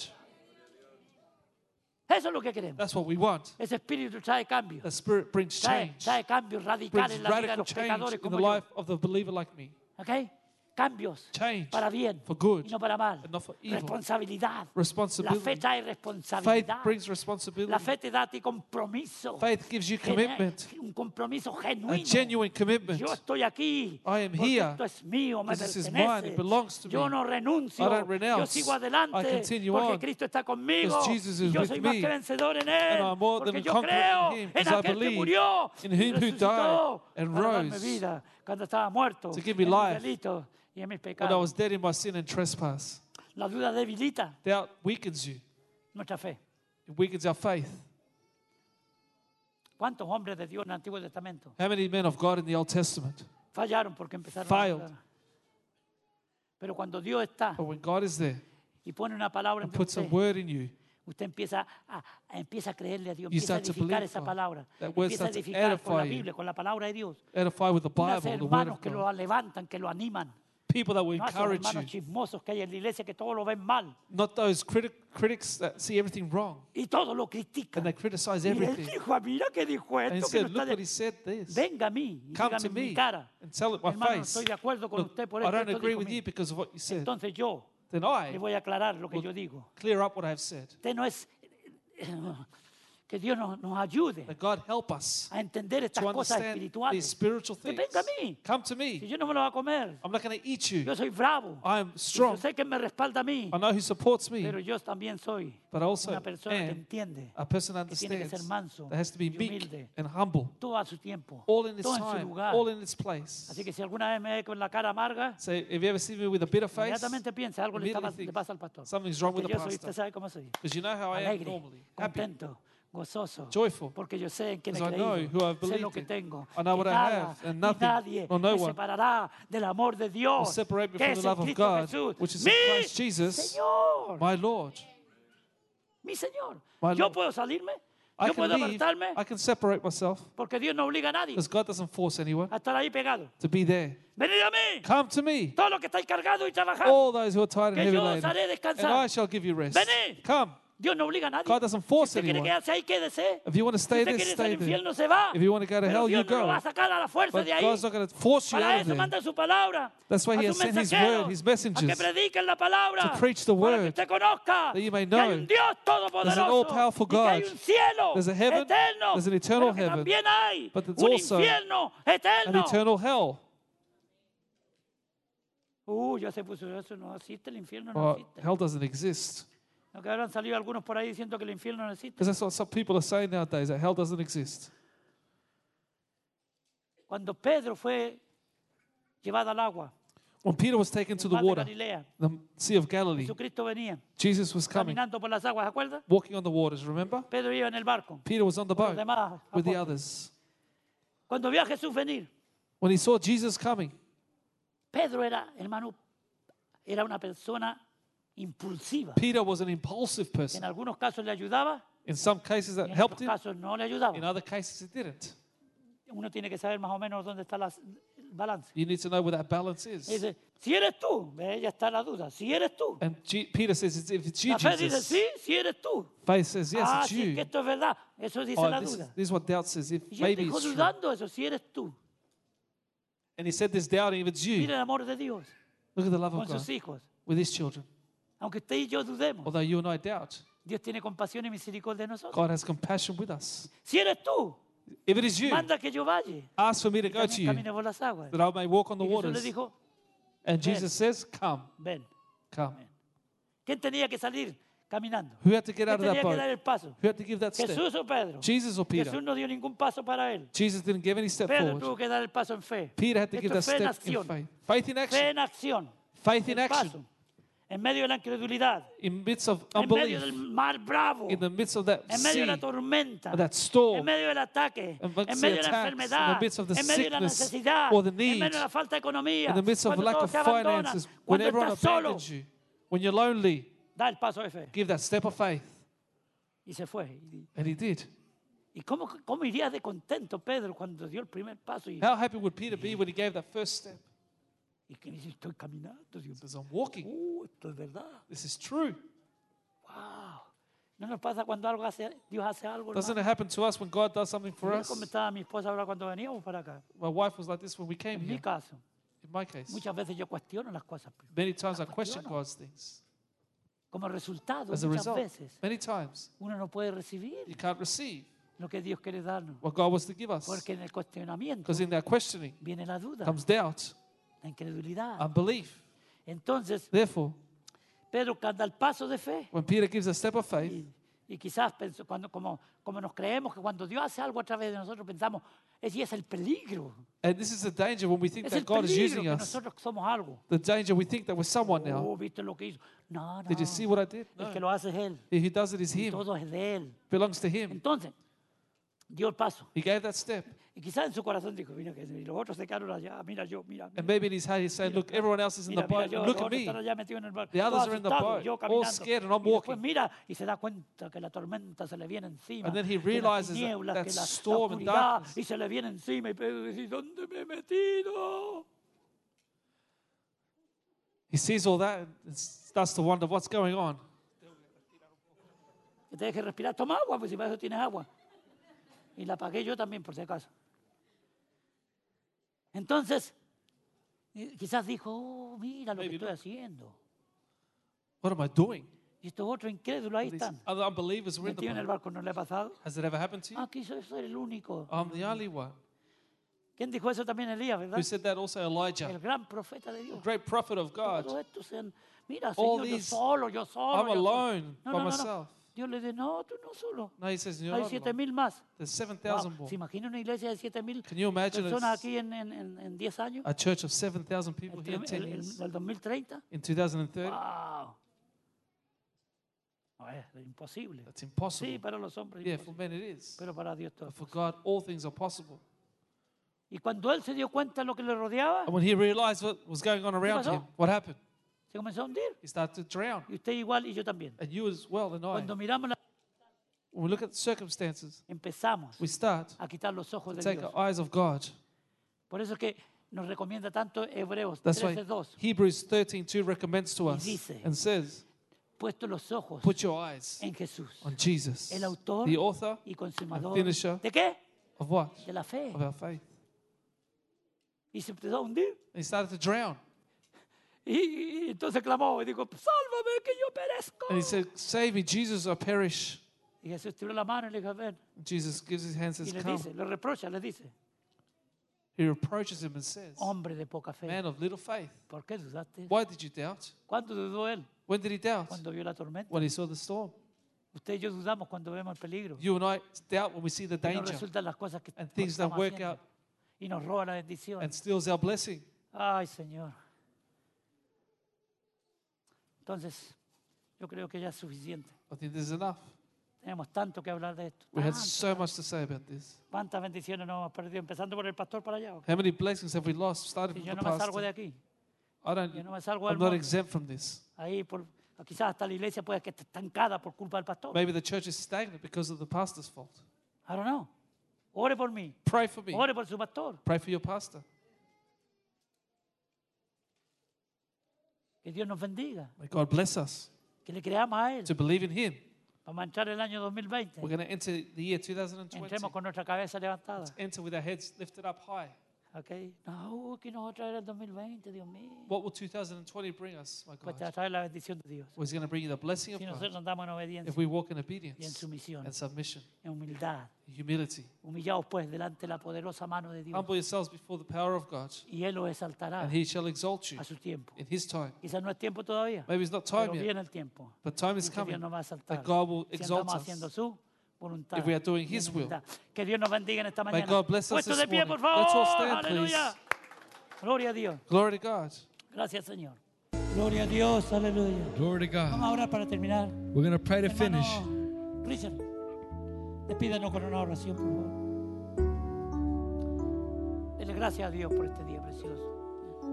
Speaker 1: Eso es lo que queremos.
Speaker 2: That's what we want.
Speaker 1: Ese espíritu trae cambio.
Speaker 2: The Spirit brings
Speaker 1: Trae,
Speaker 2: change.
Speaker 1: trae cambios radicales en
Speaker 2: Brings
Speaker 1: la vida de
Speaker 2: radical
Speaker 1: los
Speaker 2: change
Speaker 1: pecadores
Speaker 2: in the
Speaker 1: como yo.
Speaker 2: life of the believer like me.
Speaker 1: ¿Ok? Cambios
Speaker 2: Change
Speaker 1: para bien
Speaker 2: for good
Speaker 1: y no para mal.
Speaker 2: and not for evil.
Speaker 1: Responsabilidad. La fe
Speaker 2: Responsibility.
Speaker 1: trae
Speaker 2: Faith
Speaker 1: responsabilidad.
Speaker 2: brings
Speaker 1: La
Speaker 2: responsibility.
Speaker 1: fe te da a ti compromiso.
Speaker 2: Faith gives you
Speaker 1: Gene-
Speaker 2: commitment,
Speaker 1: Un compromiso
Speaker 2: a
Speaker 1: genuino.
Speaker 2: genuine commitment.
Speaker 1: Yo estoy aquí.
Speaker 2: I am
Speaker 1: porque
Speaker 2: here,
Speaker 1: Esto es mío, me
Speaker 2: because this is mine,
Speaker 1: pertenece.
Speaker 2: it belongs to
Speaker 1: Yo
Speaker 2: me.
Speaker 1: no renuncio.
Speaker 2: I don't
Speaker 1: Yo
Speaker 2: renounce.
Speaker 1: sigo
Speaker 2: I
Speaker 1: adelante
Speaker 2: continue
Speaker 1: porque
Speaker 2: on,
Speaker 1: Cristo está conmigo.
Speaker 2: because Jesus
Speaker 1: y
Speaker 2: is
Speaker 1: yo
Speaker 2: with
Speaker 1: soy más que
Speaker 2: me,
Speaker 1: vencedor en él.
Speaker 2: I'm more
Speaker 1: porque
Speaker 2: than
Speaker 1: yo creo
Speaker 2: conqueror in him,
Speaker 1: en
Speaker 2: because I
Speaker 1: aquel que
Speaker 2: believe
Speaker 1: murió
Speaker 2: in
Speaker 1: y
Speaker 2: him who
Speaker 1: resucitó
Speaker 2: died and
Speaker 1: para darme
Speaker 2: rose
Speaker 1: vida cuando estaba muerto
Speaker 2: to give me
Speaker 1: en mis
Speaker 2: life
Speaker 1: delitos y en mis
Speaker 2: When I
Speaker 1: pecados.
Speaker 2: was dead in my sin and trespass,
Speaker 1: La duda debilita
Speaker 2: doubt weakens you.
Speaker 1: nuestra fe.
Speaker 2: It weakens our faith.
Speaker 1: ¿Cuántos hombres de Dios en el Antiguo Testamento
Speaker 2: How many men of God in the Old Testament?
Speaker 1: fallaron porque empezaron
Speaker 2: Failed. Oh.
Speaker 1: a dudar? Pero cuando Dios está
Speaker 2: But when God is there
Speaker 1: y pone una palabra
Speaker 2: and
Speaker 1: en
Speaker 2: puts a
Speaker 1: usted,
Speaker 2: word in you,
Speaker 1: Usted empieza a, a- empieza a creerle a Dios,
Speaker 2: You
Speaker 1: empieza a
Speaker 2: start to
Speaker 1: edificar
Speaker 2: believe
Speaker 1: esa
Speaker 2: God.
Speaker 1: palabra,
Speaker 2: That word
Speaker 1: empieza a
Speaker 2: starts to
Speaker 1: edificar con la
Speaker 2: edify you.
Speaker 1: Biblia, con la palabra de Dios.
Speaker 2: edify with the
Speaker 1: Unos
Speaker 2: Bible, the word
Speaker 1: hermanos
Speaker 2: of
Speaker 1: que
Speaker 2: God.
Speaker 1: lo levantan, que lo animan.
Speaker 2: People that will
Speaker 1: No a esos
Speaker 2: encourage
Speaker 1: hermanos
Speaker 2: you,
Speaker 1: chismosos que hay en la iglesia que todo lo ven mal
Speaker 2: not those critic, critics that see everything wrong
Speaker 1: y todo lo
Speaker 2: and they
Speaker 1: critican.
Speaker 2: criticize
Speaker 1: Y él
Speaker 2: everything.
Speaker 1: dijo, "Ah, mira que dijo
Speaker 2: And he
Speaker 1: esto, que
Speaker 2: said,
Speaker 1: no está
Speaker 2: Look what
Speaker 1: de...
Speaker 2: he said this.
Speaker 1: Venga a mí y
Speaker 2: Come
Speaker 1: dígame
Speaker 2: to
Speaker 1: en mi
Speaker 2: me
Speaker 1: cara.
Speaker 2: and tell it my
Speaker 1: Hermano, no
Speaker 2: face.
Speaker 1: estoy de acuerdo con
Speaker 2: Look,
Speaker 1: usted por
Speaker 2: I
Speaker 1: esto,
Speaker 2: don't
Speaker 1: esto
Speaker 2: agree
Speaker 1: dijo
Speaker 2: with
Speaker 1: mí.
Speaker 2: you because of what you said.
Speaker 1: Entonces yo
Speaker 2: then
Speaker 1: Le
Speaker 2: I
Speaker 1: voy a aclarar lo que yo digo.
Speaker 2: clear up what I've said.
Speaker 1: Usted no es. eh, Que Dios nos, nos ayude
Speaker 2: That God help us
Speaker 1: a entender estas
Speaker 2: to
Speaker 1: cosas
Speaker 2: understand these
Speaker 1: espirituales.
Speaker 2: spiritual
Speaker 1: Que
Speaker 2: things.
Speaker 1: venga a mí.
Speaker 2: Come to
Speaker 1: Si
Speaker 2: me.
Speaker 1: yo no me lo voy a comer,
Speaker 2: I'm not going to eat
Speaker 1: yo
Speaker 2: you.
Speaker 1: soy bravo.
Speaker 2: I am
Speaker 1: Yo
Speaker 2: strong.
Speaker 1: sé que me respalda a mí,
Speaker 2: I know who supports me,
Speaker 1: pero yo también soy
Speaker 2: but I also
Speaker 1: una persona que
Speaker 2: am
Speaker 1: entiende
Speaker 2: a person that
Speaker 1: que tiene que ser
Speaker 2: understands
Speaker 1: manso
Speaker 2: that has to be
Speaker 1: y
Speaker 2: meek
Speaker 1: humilde
Speaker 2: and humble,
Speaker 1: todo a su tiempo,
Speaker 2: all in its
Speaker 1: todo en su
Speaker 2: time,
Speaker 1: lugar.
Speaker 2: all in its place.
Speaker 1: Así que si alguna vez me ve con la cara amarga,
Speaker 2: So if you ever see me with a bitter face,
Speaker 1: inmediatamente piensa algo le, está pas-
Speaker 2: immediately
Speaker 1: le
Speaker 2: think
Speaker 1: pasa al pastor.
Speaker 2: something's wrong with
Speaker 1: Porque yo
Speaker 2: the
Speaker 1: soy,
Speaker 2: pastor.
Speaker 1: usted sabe cómo soy.
Speaker 2: because you know how I am
Speaker 1: alegre,
Speaker 2: normally, happy.
Speaker 1: contento, gozoso,
Speaker 2: joyful,
Speaker 1: porque yo sé en quién he
Speaker 2: because I know
Speaker 1: creído,
Speaker 2: who I've
Speaker 1: sé
Speaker 2: believed
Speaker 1: lo que
Speaker 2: in,
Speaker 1: tengo,
Speaker 2: I know
Speaker 1: que
Speaker 2: what I
Speaker 1: nada
Speaker 2: have, and
Speaker 1: ni
Speaker 2: nothing,
Speaker 1: nadie
Speaker 2: or no
Speaker 1: me
Speaker 2: one
Speaker 1: separará del amor de Dios,
Speaker 2: separate me
Speaker 1: que
Speaker 2: from
Speaker 1: es
Speaker 2: the
Speaker 1: en
Speaker 2: love of
Speaker 1: Cristo
Speaker 2: God,
Speaker 1: Jesús,
Speaker 2: which is in
Speaker 1: mi
Speaker 2: Christ Jesus,
Speaker 1: Señor,
Speaker 2: My Lord,
Speaker 1: mi Señor.
Speaker 2: my
Speaker 1: Yo
Speaker 2: Lord.
Speaker 1: puedo salirme,
Speaker 2: I
Speaker 1: yo
Speaker 2: can
Speaker 1: puedo
Speaker 2: leave,
Speaker 1: apartarme,
Speaker 2: I can separate myself
Speaker 1: porque Dios no obliga a nadie
Speaker 2: because God doesn't force anyone
Speaker 1: a estar ahí pegado.
Speaker 2: to be there.
Speaker 1: Venid a mí,
Speaker 2: Come Oh, to me,
Speaker 1: todos los que estáis cargados y trabajando.
Speaker 2: all those who are tired and
Speaker 1: Que
Speaker 2: heavy
Speaker 1: yo os
Speaker 2: laden,
Speaker 1: haré descansar.
Speaker 2: and I shall give you rest.
Speaker 1: Venid.
Speaker 2: Come.
Speaker 1: Dios no obliga a nadie.
Speaker 2: God doesn't force
Speaker 1: si usted quiere
Speaker 2: anyone.
Speaker 1: quedarse ahí, quédese.
Speaker 2: If you want to
Speaker 1: Si
Speaker 2: stay
Speaker 1: usted
Speaker 2: there,
Speaker 1: quiere irse al
Speaker 2: stay there.
Speaker 1: infierno, se va.
Speaker 2: If you want to go to
Speaker 1: Pero
Speaker 2: hell, you
Speaker 1: Dios no lo va a
Speaker 2: go.
Speaker 1: sacar a la fuerza
Speaker 2: But
Speaker 1: de ahí.
Speaker 2: God's not going to force you
Speaker 1: Para
Speaker 2: out of
Speaker 1: eso
Speaker 2: there.
Speaker 1: manda su palabra.
Speaker 2: That's why
Speaker 1: a
Speaker 2: he
Speaker 1: sus
Speaker 2: has sent his
Speaker 1: mensajeros,
Speaker 2: word, his
Speaker 1: A que
Speaker 2: messengers,
Speaker 1: prediquen la palabra.
Speaker 2: to preach the
Speaker 1: Para que
Speaker 2: word,
Speaker 1: usted conozca
Speaker 2: that you may
Speaker 1: que hay
Speaker 2: know
Speaker 1: un Dios todopoderoso.
Speaker 2: all-powerful
Speaker 1: y que hay
Speaker 2: God.
Speaker 1: un cielo
Speaker 2: There's a heaven,
Speaker 1: eterno.
Speaker 2: there's an
Speaker 1: pero
Speaker 2: eternal
Speaker 1: que
Speaker 2: heaven,
Speaker 1: también hay
Speaker 2: but there's
Speaker 1: un
Speaker 2: also
Speaker 1: infierno
Speaker 2: An
Speaker 1: eterno.
Speaker 2: eternal hell.
Speaker 1: Uh, ya se puso eso. No existe el infierno, no
Speaker 2: Well,
Speaker 1: existe.
Speaker 2: hell doesn't exist.
Speaker 1: No que habrán salido algunos por ahí diciendo que el infierno no existe.
Speaker 2: Because that's what some people are saying nowadays, that hell doesn't exist.
Speaker 1: Cuando Pedro fue llevado al agua,
Speaker 2: When Peter was taken to the
Speaker 1: mar de
Speaker 2: water,
Speaker 1: Galilea,
Speaker 2: the Sea of Galilee,
Speaker 1: Jesucristo venía
Speaker 2: Jesus was coming,
Speaker 1: caminando por las aguas, ¿se acuerda?
Speaker 2: walking on the waters, remember?
Speaker 1: Pedro iba en el barco.
Speaker 2: Peter was on the
Speaker 1: los
Speaker 2: boat
Speaker 1: demás
Speaker 2: with the
Speaker 1: apóstoles.
Speaker 2: others.
Speaker 1: Cuando vio a Jesús venir,
Speaker 2: When he saw Jesus coming,
Speaker 1: Pedro era, hermano, era una persona impulsiva.
Speaker 2: Peter was an impulsive
Speaker 1: que En
Speaker 2: person.
Speaker 1: algunos casos le ayudaba,
Speaker 2: In some cases that
Speaker 1: y en
Speaker 2: helped
Speaker 1: otros
Speaker 2: him,
Speaker 1: casos no le
Speaker 2: in
Speaker 1: ayudaba.
Speaker 2: other cases it didn't.
Speaker 1: Uno tiene que saber más o menos dónde está las- el balance.
Speaker 2: You need to know where that balance
Speaker 1: Y
Speaker 2: is.
Speaker 1: dice, si eres tú, ve, ya está la duda, si eres tú.
Speaker 2: And Je- Peter says, "It's- if it's you,
Speaker 1: La fe dice,
Speaker 2: Jesus,
Speaker 1: sí, si eres tú.
Speaker 2: faith says,
Speaker 1: ah,
Speaker 2: yes, it's
Speaker 1: sí, es que
Speaker 2: you.
Speaker 1: esto es verdad. Eso dice la
Speaker 2: Oh, this, is,
Speaker 1: duda.
Speaker 2: this is what doubt says, if
Speaker 1: Y él
Speaker 2: maybe
Speaker 1: dijo
Speaker 2: it's true.
Speaker 1: dudando eso, si eres tú.
Speaker 2: And he said this doubting, if it's
Speaker 1: Mira
Speaker 2: you,
Speaker 1: el amor de Dios
Speaker 2: look at the love
Speaker 1: con
Speaker 2: of God
Speaker 1: sus hijos.
Speaker 2: with his children.
Speaker 1: Aunque usted y yo dudemos,
Speaker 2: Although you and I doubt,
Speaker 1: Dios tiene compasión y misericordia de nosotros.
Speaker 2: God has compassion with us.
Speaker 1: Si eres tú,
Speaker 2: If it is you,
Speaker 1: manda que yo vaya.
Speaker 2: ask for me to go to
Speaker 1: También
Speaker 2: you,
Speaker 1: camine por las aguas.
Speaker 2: that I may walk on the
Speaker 1: Y Jesús le
Speaker 2: waters.
Speaker 1: dijo,
Speaker 2: And
Speaker 1: "Ven."
Speaker 2: Jesus says, Come,
Speaker 1: ven.
Speaker 2: come.
Speaker 1: ¿Quién tenía que salir caminando?
Speaker 2: Who had to get
Speaker 1: ¿Quién
Speaker 2: out of that
Speaker 1: tenía que dar
Speaker 2: boat?
Speaker 1: el paso?
Speaker 2: Who had to give that step?
Speaker 1: ¿Jesús o Pedro?
Speaker 2: Jesus or
Speaker 1: Jesús
Speaker 2: Peter?
Speaker 1: no dio ningún paso para él.
Speaker 2: Jesus didn't give any step
Speaker 1: Pedro tuvo
Speaker 2: forward.
Speaker 1: que dar el paso en fe.
Speaker 2: Peter had to give
Speaker 1: Esto
Speaker 2: that
Speaker 1: es fe en
Speaker 2: step in
Speaker 1: acción.
Speaker 2: faith. Faith in
Speaker 1: Fe
Speaker 2: action.
Speaker 1: en acción.
Speaker 2: Faith in
Speaker 1: El
Speaker 2: action.
Speaker 1: paso. En medio de la incredulidad.
Speaker 2: In midst of
Speaker 1: En medio
Speaker 2: unbelief,
Speaker 1: del mar bravo.
Speaker 2: in the midst of that
Speaker 1: en medio de
Speaker 2: sea,
Speaker 1: la tormenta,
Speaker 2: that
Speaker 1: en
Speaker 2: storm,
Speaker 1: medio del ataque,
Speaker 2: amidst
Speaker 1: en
Speaker 2: the
Speaker 1: medio de la
Speaker 2: attacks, in
Speaker 1: enfermedad,
Speaker 2: the midst of the
Speaker 1: en medio de la
Speaker 2: sickness
Speaker 1: necesidad,
Speaker 2: or the
Speaker 1: en medio
Speaker 2: need,
Speaker 1: de la falta de economía,
Speaker 2: in the midst of
Speaker 1: cuando
Speaker 2: lack
Speaker 1: todos
Speaker 2: of
Speaker 1: se abandonan,
Speaker 2: finances, when
Speaker 1: cuando
Speaker 2: everyone
Speaker 1: estás solo,
Speaker 2: abandons you, when you're lonely,
Speaker 1: da el paso de fe.
Speaker 2: give that step of faith.
Speaker 1: Y se fue. Y-
Speaker 2: And he did.
Speaker 1: ¿Y cómo, cómo irías de contento, Pedro, cuando dio el primer paso? Y,
Speaker 2: How happy would Peter be when he gave that first step?
Speaker 1: y que dice, estoy caminando. Dios
Speaker 2: He
Speaker 1: mío.
Speaker 2: says, I'm walking.
Speaker 1: Uh, esto es verdad.
Speaker 2: This is true.
Speaker 1: Wow. ¿No nos pasa cuando algo hace, Dios hace algo?
Speaker 2: Doesn't
Speaker 1: hermano?
Speaker 2: it happen to us when God does something for
Speaker 1: Mira
Speaker 2: us?
Speaker 1: cómo estaba mi esposa ahora cuando veníamos para acá.
Speaker 2: My wife was like this when we came
Speaker 1: En
Speaker 2: here,
Speaker 1: mi caso,
Speaker 2: in my case.
Speaker 1: muchas veces yo cuestiono las cosas.
Speaker 2: Many times I question
Speaker 1: cuestiono.
Speaker 2: God's things.
Speaker 1: Como resultado,
Speaker 2: As a
Speaker 1: muchas
Speaker 2: result,
Speaker 1: veces
Speaker 2: many times
Speaker 1: uno no puede
Speaker 2: you
Speaker 1: recibir
Speaker 2: can't receive
Speaker 1: lo que Dios quiere darnos.
Speaker 2: what God was to give us.
Speaker 1: Porque en el cuestionamiento
Speaker 2: Because in that questioning
Speaker 1: viene la duda,
Speaker 2: comes doubt,
Speaker 1: la incredulidad.
Speaker 2: unbelief.
Speaker 1: Entonces,
Speaker 2: Therefore,
Speaker 1: Pedro canta el paso de fe.
Speaker 2: when Peter gives a step of faith,
Speaker 1: Y, y quizás pensó- cuando, como, como nos creemos que cuando Dios hace algo a través de nosotros, pensamos, ese es el peligro.
Speaker 2: and this is the danger when we think
Speaker 1: Es el
Speaker 2: that God is
Speaker 1: peligro
Speaker 2: using
Speaker 1: que
Speaker 2: us,
Speaker 1: nosotros somos algo.
Speaker 2: the danger we think that we're someone now.
Speaker 1: Oh, ¿viste lo que hizo? No, no.
Speaker 2: Did you see what I did?
Speaker 1: El que
Speaker 2: No.
Speaker 1: lo hace es Él.
Speaker 2: He who does it is
Speaker 1: Y
Speaker 2: him,
Speaker 1: todo es de Él.
Speaker 2: belongs to him.
Speaker 1: Entonces, dio el paso.
Speaker 2: He gave that step.
Speaker 1: Y quizás en su corazón dijo, mira, que los otros se quedaron allá, mira yo, mira. mira.
Speaker 2: And maybe in his head he's saying, Look, everyone else is in the
Speaker 1: Mira, mira,
Speaker 2: boat.
Speaker 1: yo,
Speaker 2: Look
Speaker 1: los
Speaker 2: at
Speaker 1: otros
Speaker 2: me.
Speaker 1: están allá metidos en el barco.
Speaker 2: The
Speaker 1: Todos
Speaker 2: others are in the
Speaker 1: asustados,
Speaker 2: boat,
Speaker 1: yo
Speaker 2: all
Speaker 1: caminando.
Speaker 2: scared and I'm
Speaker 1: Y después
Speaker 2: walking.
Speaker 1: mira y se da cuenta que la tormenta se le viene encima.
Speaker 2: And then he
Speaker 1: que las
Speaker 2: realizes that-
Speaker 1: tinieblas,
Speaker 2: that
Speaker 1: que la- la
Speaker 2: storm and
Speaker 1: oscuridad,
Speaker 2: darkness.
Speaker 1: Y se le viene encima y Pedro dice, ¿dónde me he metido?
Speaker 2: He sees all that and starts to wonder what's going on.
Speaker 1: Que te deje respirar, toma agua, pues si para eso tienes agua. Y la pagué yo también, por si acaso. Entonces, eh, quizás dijo, "Oh, mira lo que
Speaker 2: Maybe
Speaker 1: estoy
Speaker 2: not.
Speaker 1: haciendo.
Speaker 2: What am I doing?
Speaker 1: Y estos otros incrédulos ahí
Speaker 2: These
Speaker 1: están.
Speaker 2: other unbelievers were in the
Speaker 1: Metidos en el
Speaker 2: boat.
Speaker 1: barco, ¿no le ha pasado?
Speaker 2: Has it ever happened to you?
Speaker 1: Ah, que yo soy el único.
Speaker 2: I'm the only one.
Speaker 1: ¿Quién dijo eso también? Elías, ¿verdad?
Speaker 2: Who said that also?
Speaker 1: El
Speaker 2: Elijah,
Speaker 1: gran profeta de Dios.
Speaker 2: Pues, great prophet of
Speaker 1: Todos
Speaker 2: God.
Speaker 1: estos sean, mira,
Speaker 2: All
Speaker 1: Señor, yo
Speaker 2: these-
Speaker 1: solo, yo solo.
Speaker 2: I'm
Speaker 1: yo solo".
Speaker 2: alone
Speaker 1: no,
Speaker 2: by
Speaker 1: no, no,
Speaker 2: myself.
Speaker 1: No. Dios le dice, no, tú no solo.
Speaker 2: No, he says, You're
Speaker 1: Hay
Speaker 2: not
Speaker 1: siete
Speaker 2: alone.
Speaker 1: mil más.
Speaker 2: There's
Speaker 1: Wow,
Speaker 2: 7,000 more.
Speaker 1: ¿Se imagina una iglesia de 7000
Speaker 2: Can you imagine
Speaker 1: personas
Speaker 2: it's-
Speaker 1: aquí en, en, en, en 10 años?
Speaker 2: A church of 7,000 people
Speaker 1: El,
Speaker 2: here in
Speaker 1: el,
Speaker 2: 10
Speaker 1: el-
Speaker 2: years.
Speaker 1: el 2030.
Speaker 2: In 2030,
Speaker 1: ¡Wow! No, es imposible.
Speaker 2: that's
Speaker 1: Sí,
Speaker 2: impossible.
Speaker 1: para los hombres.
Speaker 2: Yeah, for
Speaker 1: imposible,
Speaker 2: men it is.
Speaker 1: Pero para Dios todo.
Speaker 2: But for God, all things are possible.
Speaker 1: Ah. Y cuando él se dio cuenta de lo que le rodeaba,
Speaker 2: And when he realized what was going on around
Speaker 1: pasó?
Speaker 2: him, what happened?
Speaker 1: se comenzó a hundir.
Speaker 2: He started to drown.
Speaker 1: Y usted igual y yo también.
Speaker 2: And you as well and I.
Speaker 1: Cuando miramos, la-
Speaker 2: When we look at the circumstances,
Speaker 1: empezamos
Speaker 2: we start
Speaker 1: a quitar los ojos
Speaker 2: to
Speaker 1: de
Speaker 2: take
Speaker 1: Dios.
Speaker 2: our eyes off God.
Speaker 1: Por eso es que nos recomienda tanto Hebreos
Speaker 2: That's why
Speaker 1: 13.2.
Speaker 2: Hebrews 13:2 recommends to us
Speaker 1: dice,
Speaker 2: and says,
Speaker 1: Puesto los ojos
Speaker 2: "Put your eyes
Speaker 1: en Jesús,
Speaker 2: on Jesus,
Speaker 1: el autor
Speaker 2: the author
Speaker 1: y consumador.
Speaker 2: finisher.
Speaker 1: ¿De qué?
Speaker 2: of what?
Speaker 1: De la fe.
Speaker 2: Of our faith."
Speaker 1: Y se empezó a hundir.
Speaker 2: And he started to drown.
Speaker 1: Y, y entonces clamó y dijo, sálvame que yo perezco.
Speaker 2: And he said, "Save me, Jesus, or perish."
Speaker 1: Y Jesús tiró la mano y le dijo, ven.
Speaker 2: And Jesus gives his hands
Speaker 1: Y
Speaker 2: and
Speaker 1: le
Speaker 2: says,
Speaker 1: dice,
Speaker 2: "Come."
Speaker 1: le reprocha, le dice,
Speaker 2: He reproaches him and says,
Speaker 1: hombre de poca fe,
Speaker 2: "Man of little faith,
Speaker 1: ¿por qué dudaste?
Speaker 2: why did you doubt?
Speaker 1: ¿Cuándo dudó él?
Speaker 2: When did he doubt?
Speaker 1: Cuando vio la tormenta.
Speaker 2: When he saw the storm.
Speaker 1: Usted y yo dudamos cuando vemos el peligro.
Speaker 2: You and I doubt when we see the
Speaker 1: Y nos
Speaker 2: danger
Speaker 1: resultan las cosas que
Speaker 2: and things
Speaker 1: estamos
Speaker 2: don't work
Speaker 1: haciendo.
Speaker 2: out.
Speaker 1: Y nos roba la bendición.
Speaker 2: and steals our blessing."
Speaker 1: Ay, Señor. Entonces, yo creo que ya es suficiente.
Speaker 2: I think there's enough.
Speaker 1: Tenemos tanto que hablar de esto.
Speaker 2: We had
Speaker 1: Tanto.
Speaker 2: so much to say about this.
Speaker 1: ¿Cuántas bendiciones nos hemos perdido? Empezando por el pastor para allá. ¿o qué?
Speaker 2: How many blessings have we lost? Started
Speaker 1: Si
Speaker 2: from
Speaker 1: yo
Speaker 2: the
Speaker 1: no me salgo de
Speaker 2: pastor.
Speaker 1: aquí,
Speaker 2: I don't.
Speaker 1: yo no me salgo del
Speaker 2: I'm not
Speaker 1: monte.
Speaker 2: exempt from this.
Speaker 1: Ahí, por, quizás hasta la iglesia puede que esté estancada por culpa del pastor.
Speaker 2: Maybe the church is stagnant because of the pastor's fault.
Speaker 1: I don't know. Ore por mí.
Speaker 2: Pray for me.
Speaker 1: Ore por su pastor.
Speaker 2: Pray for your pastor.
Speaker 1: Que Dios nos bendiga.
Speaker 2: May God bless us
Speaker 1: Que le creamos a Él.
Speaker 2: to believe in Him.
Speaker 1: Vamos a entrar el año 2020.
Speaker 2: We're going to enter the year 2020.
Speaker 1: Entremos con nuestra cabeza levantada.
Speaker 2: Enter with our heads lifted up high.
Speaker 1: ¿Ok? No, que nos va a traer el 2020, Dios mío.
Speaker 2: What will 2020 bring us, my
Speaker 1: Pues te va a
Speaker 2: God?
Speaker 1: traer la bendición de Dios.
Speaker 2: Well, He's going to bring you the blessing of
Speaker 1: Si
Speaker 2: God
Speaker 1: nosotros andamos en
Speaker 2: if
Speaker 1: obediencia,
Speaker 2: we walk in
Speaker 1: y en
Speaker 2: obedience
Speaker 1: sumisión.
Speaker 2: and submission,
Speaker 1: en humildad.
Speaker 2: humility.
Speaker 1: Humillaos pues delante de la poderosa mano de Dios.
Speaker 2: Humble yourselves before the power of God,
Speaker 1: Y Él os exaltará
Speaker 2: and He shall exalt you
Speaker 1: a su tiempo.
Speaker 2: in His time.
Speaker 1: Quizás no es tiempo todavía,
Speaker 2: Maybe it's not
Speaker 1: pero
Speaker 2: time yet,
Speaker 1: viene el tiempo.
Speaker 2: but time is
Speaker 1: Y que Dios
Speaker 2: coming
Speaker 1: nos va a
Speaker 2: that
Speaker 1: exaltar.
Speaker 2: God will
Speaker 1: Si
Speaker 2: exalt
Speaker 1: andamos
Speaker 2: us.
Speaker 1: haciendo su voluntad.
Speaker 2: if we are doing
Speaker 1: y en
Speaker 2: His will.
Speaker 1: humildad. Que Dios nos bendiga en esta
Speaker 2: May
Speaker 1: mañana.
Speaker 2: God bless us
Speaker 1: Puesto de
Speaker 2: this
Speaker 1: pie, por
Speaker 2: morning. Let's
Speaker 1: favor.
Speaker 2: all stand,
Speaker 1: Aleluya.
Speaker 2: please.
Speaker 1: Gloria a Dios.
Speaker 2: Glory to God.
Speaker 1: Gracias, Señor. Gloria a Dios. Aleluya.
Speaker 3: Glory to God.
Speaker 1: Vamos a orar para terminar.
Speaker 3: We're going to pray to
Speaker 1: Hermano
Speaker 3: finish.
Speaker 1: Richard, despídanos con una oración, por favor. Dele gracias a Dios por este día precioso.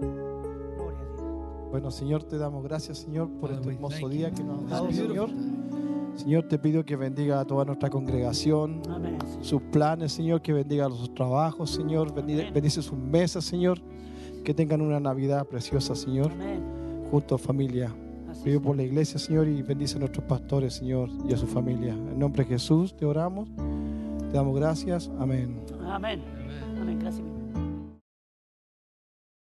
Speaker 1: Gloria a Dios.
Speaker 4: Bueno, Señor, te damos gracias, Señor, por
Speaker 3: Father,
Speaker 4: este
Speaker 3: we
Speaker 4: hermoso
Speaker 3: thank
Speaker 4: día
Speaker 3: you.
Speaker 4: que nos has
Speaker 3: It's
Speaker 4: dado,
Speaker 3: beautiful.
Speaker 4: Señor. Señor, te pido que bendiga a toda nuestra congregación,
Speaker 1: Amén. Señor.
Speaker 4: sus planes, Señor, que bendiga sus trabajos, Señor,
Speaker 1: Amén.
Speaker 4: bendi- bendice sus mesas, Señor, que tengan una Navidad preciosa, Señor,
Speaker 1: Amén.
Speaker 4: junto a familia.
Speaker 1: Así
Speaker 4: Pido
Speaker 1: sea.
Speaker 4: por la iglesia, Señor, y bendice a nuestros pastores, Señor, y a su familia. En nombre de Jesús te oramos, te damos gracias, amén.
Speaker 1: Amén. Amén. Gracias. mi hermano.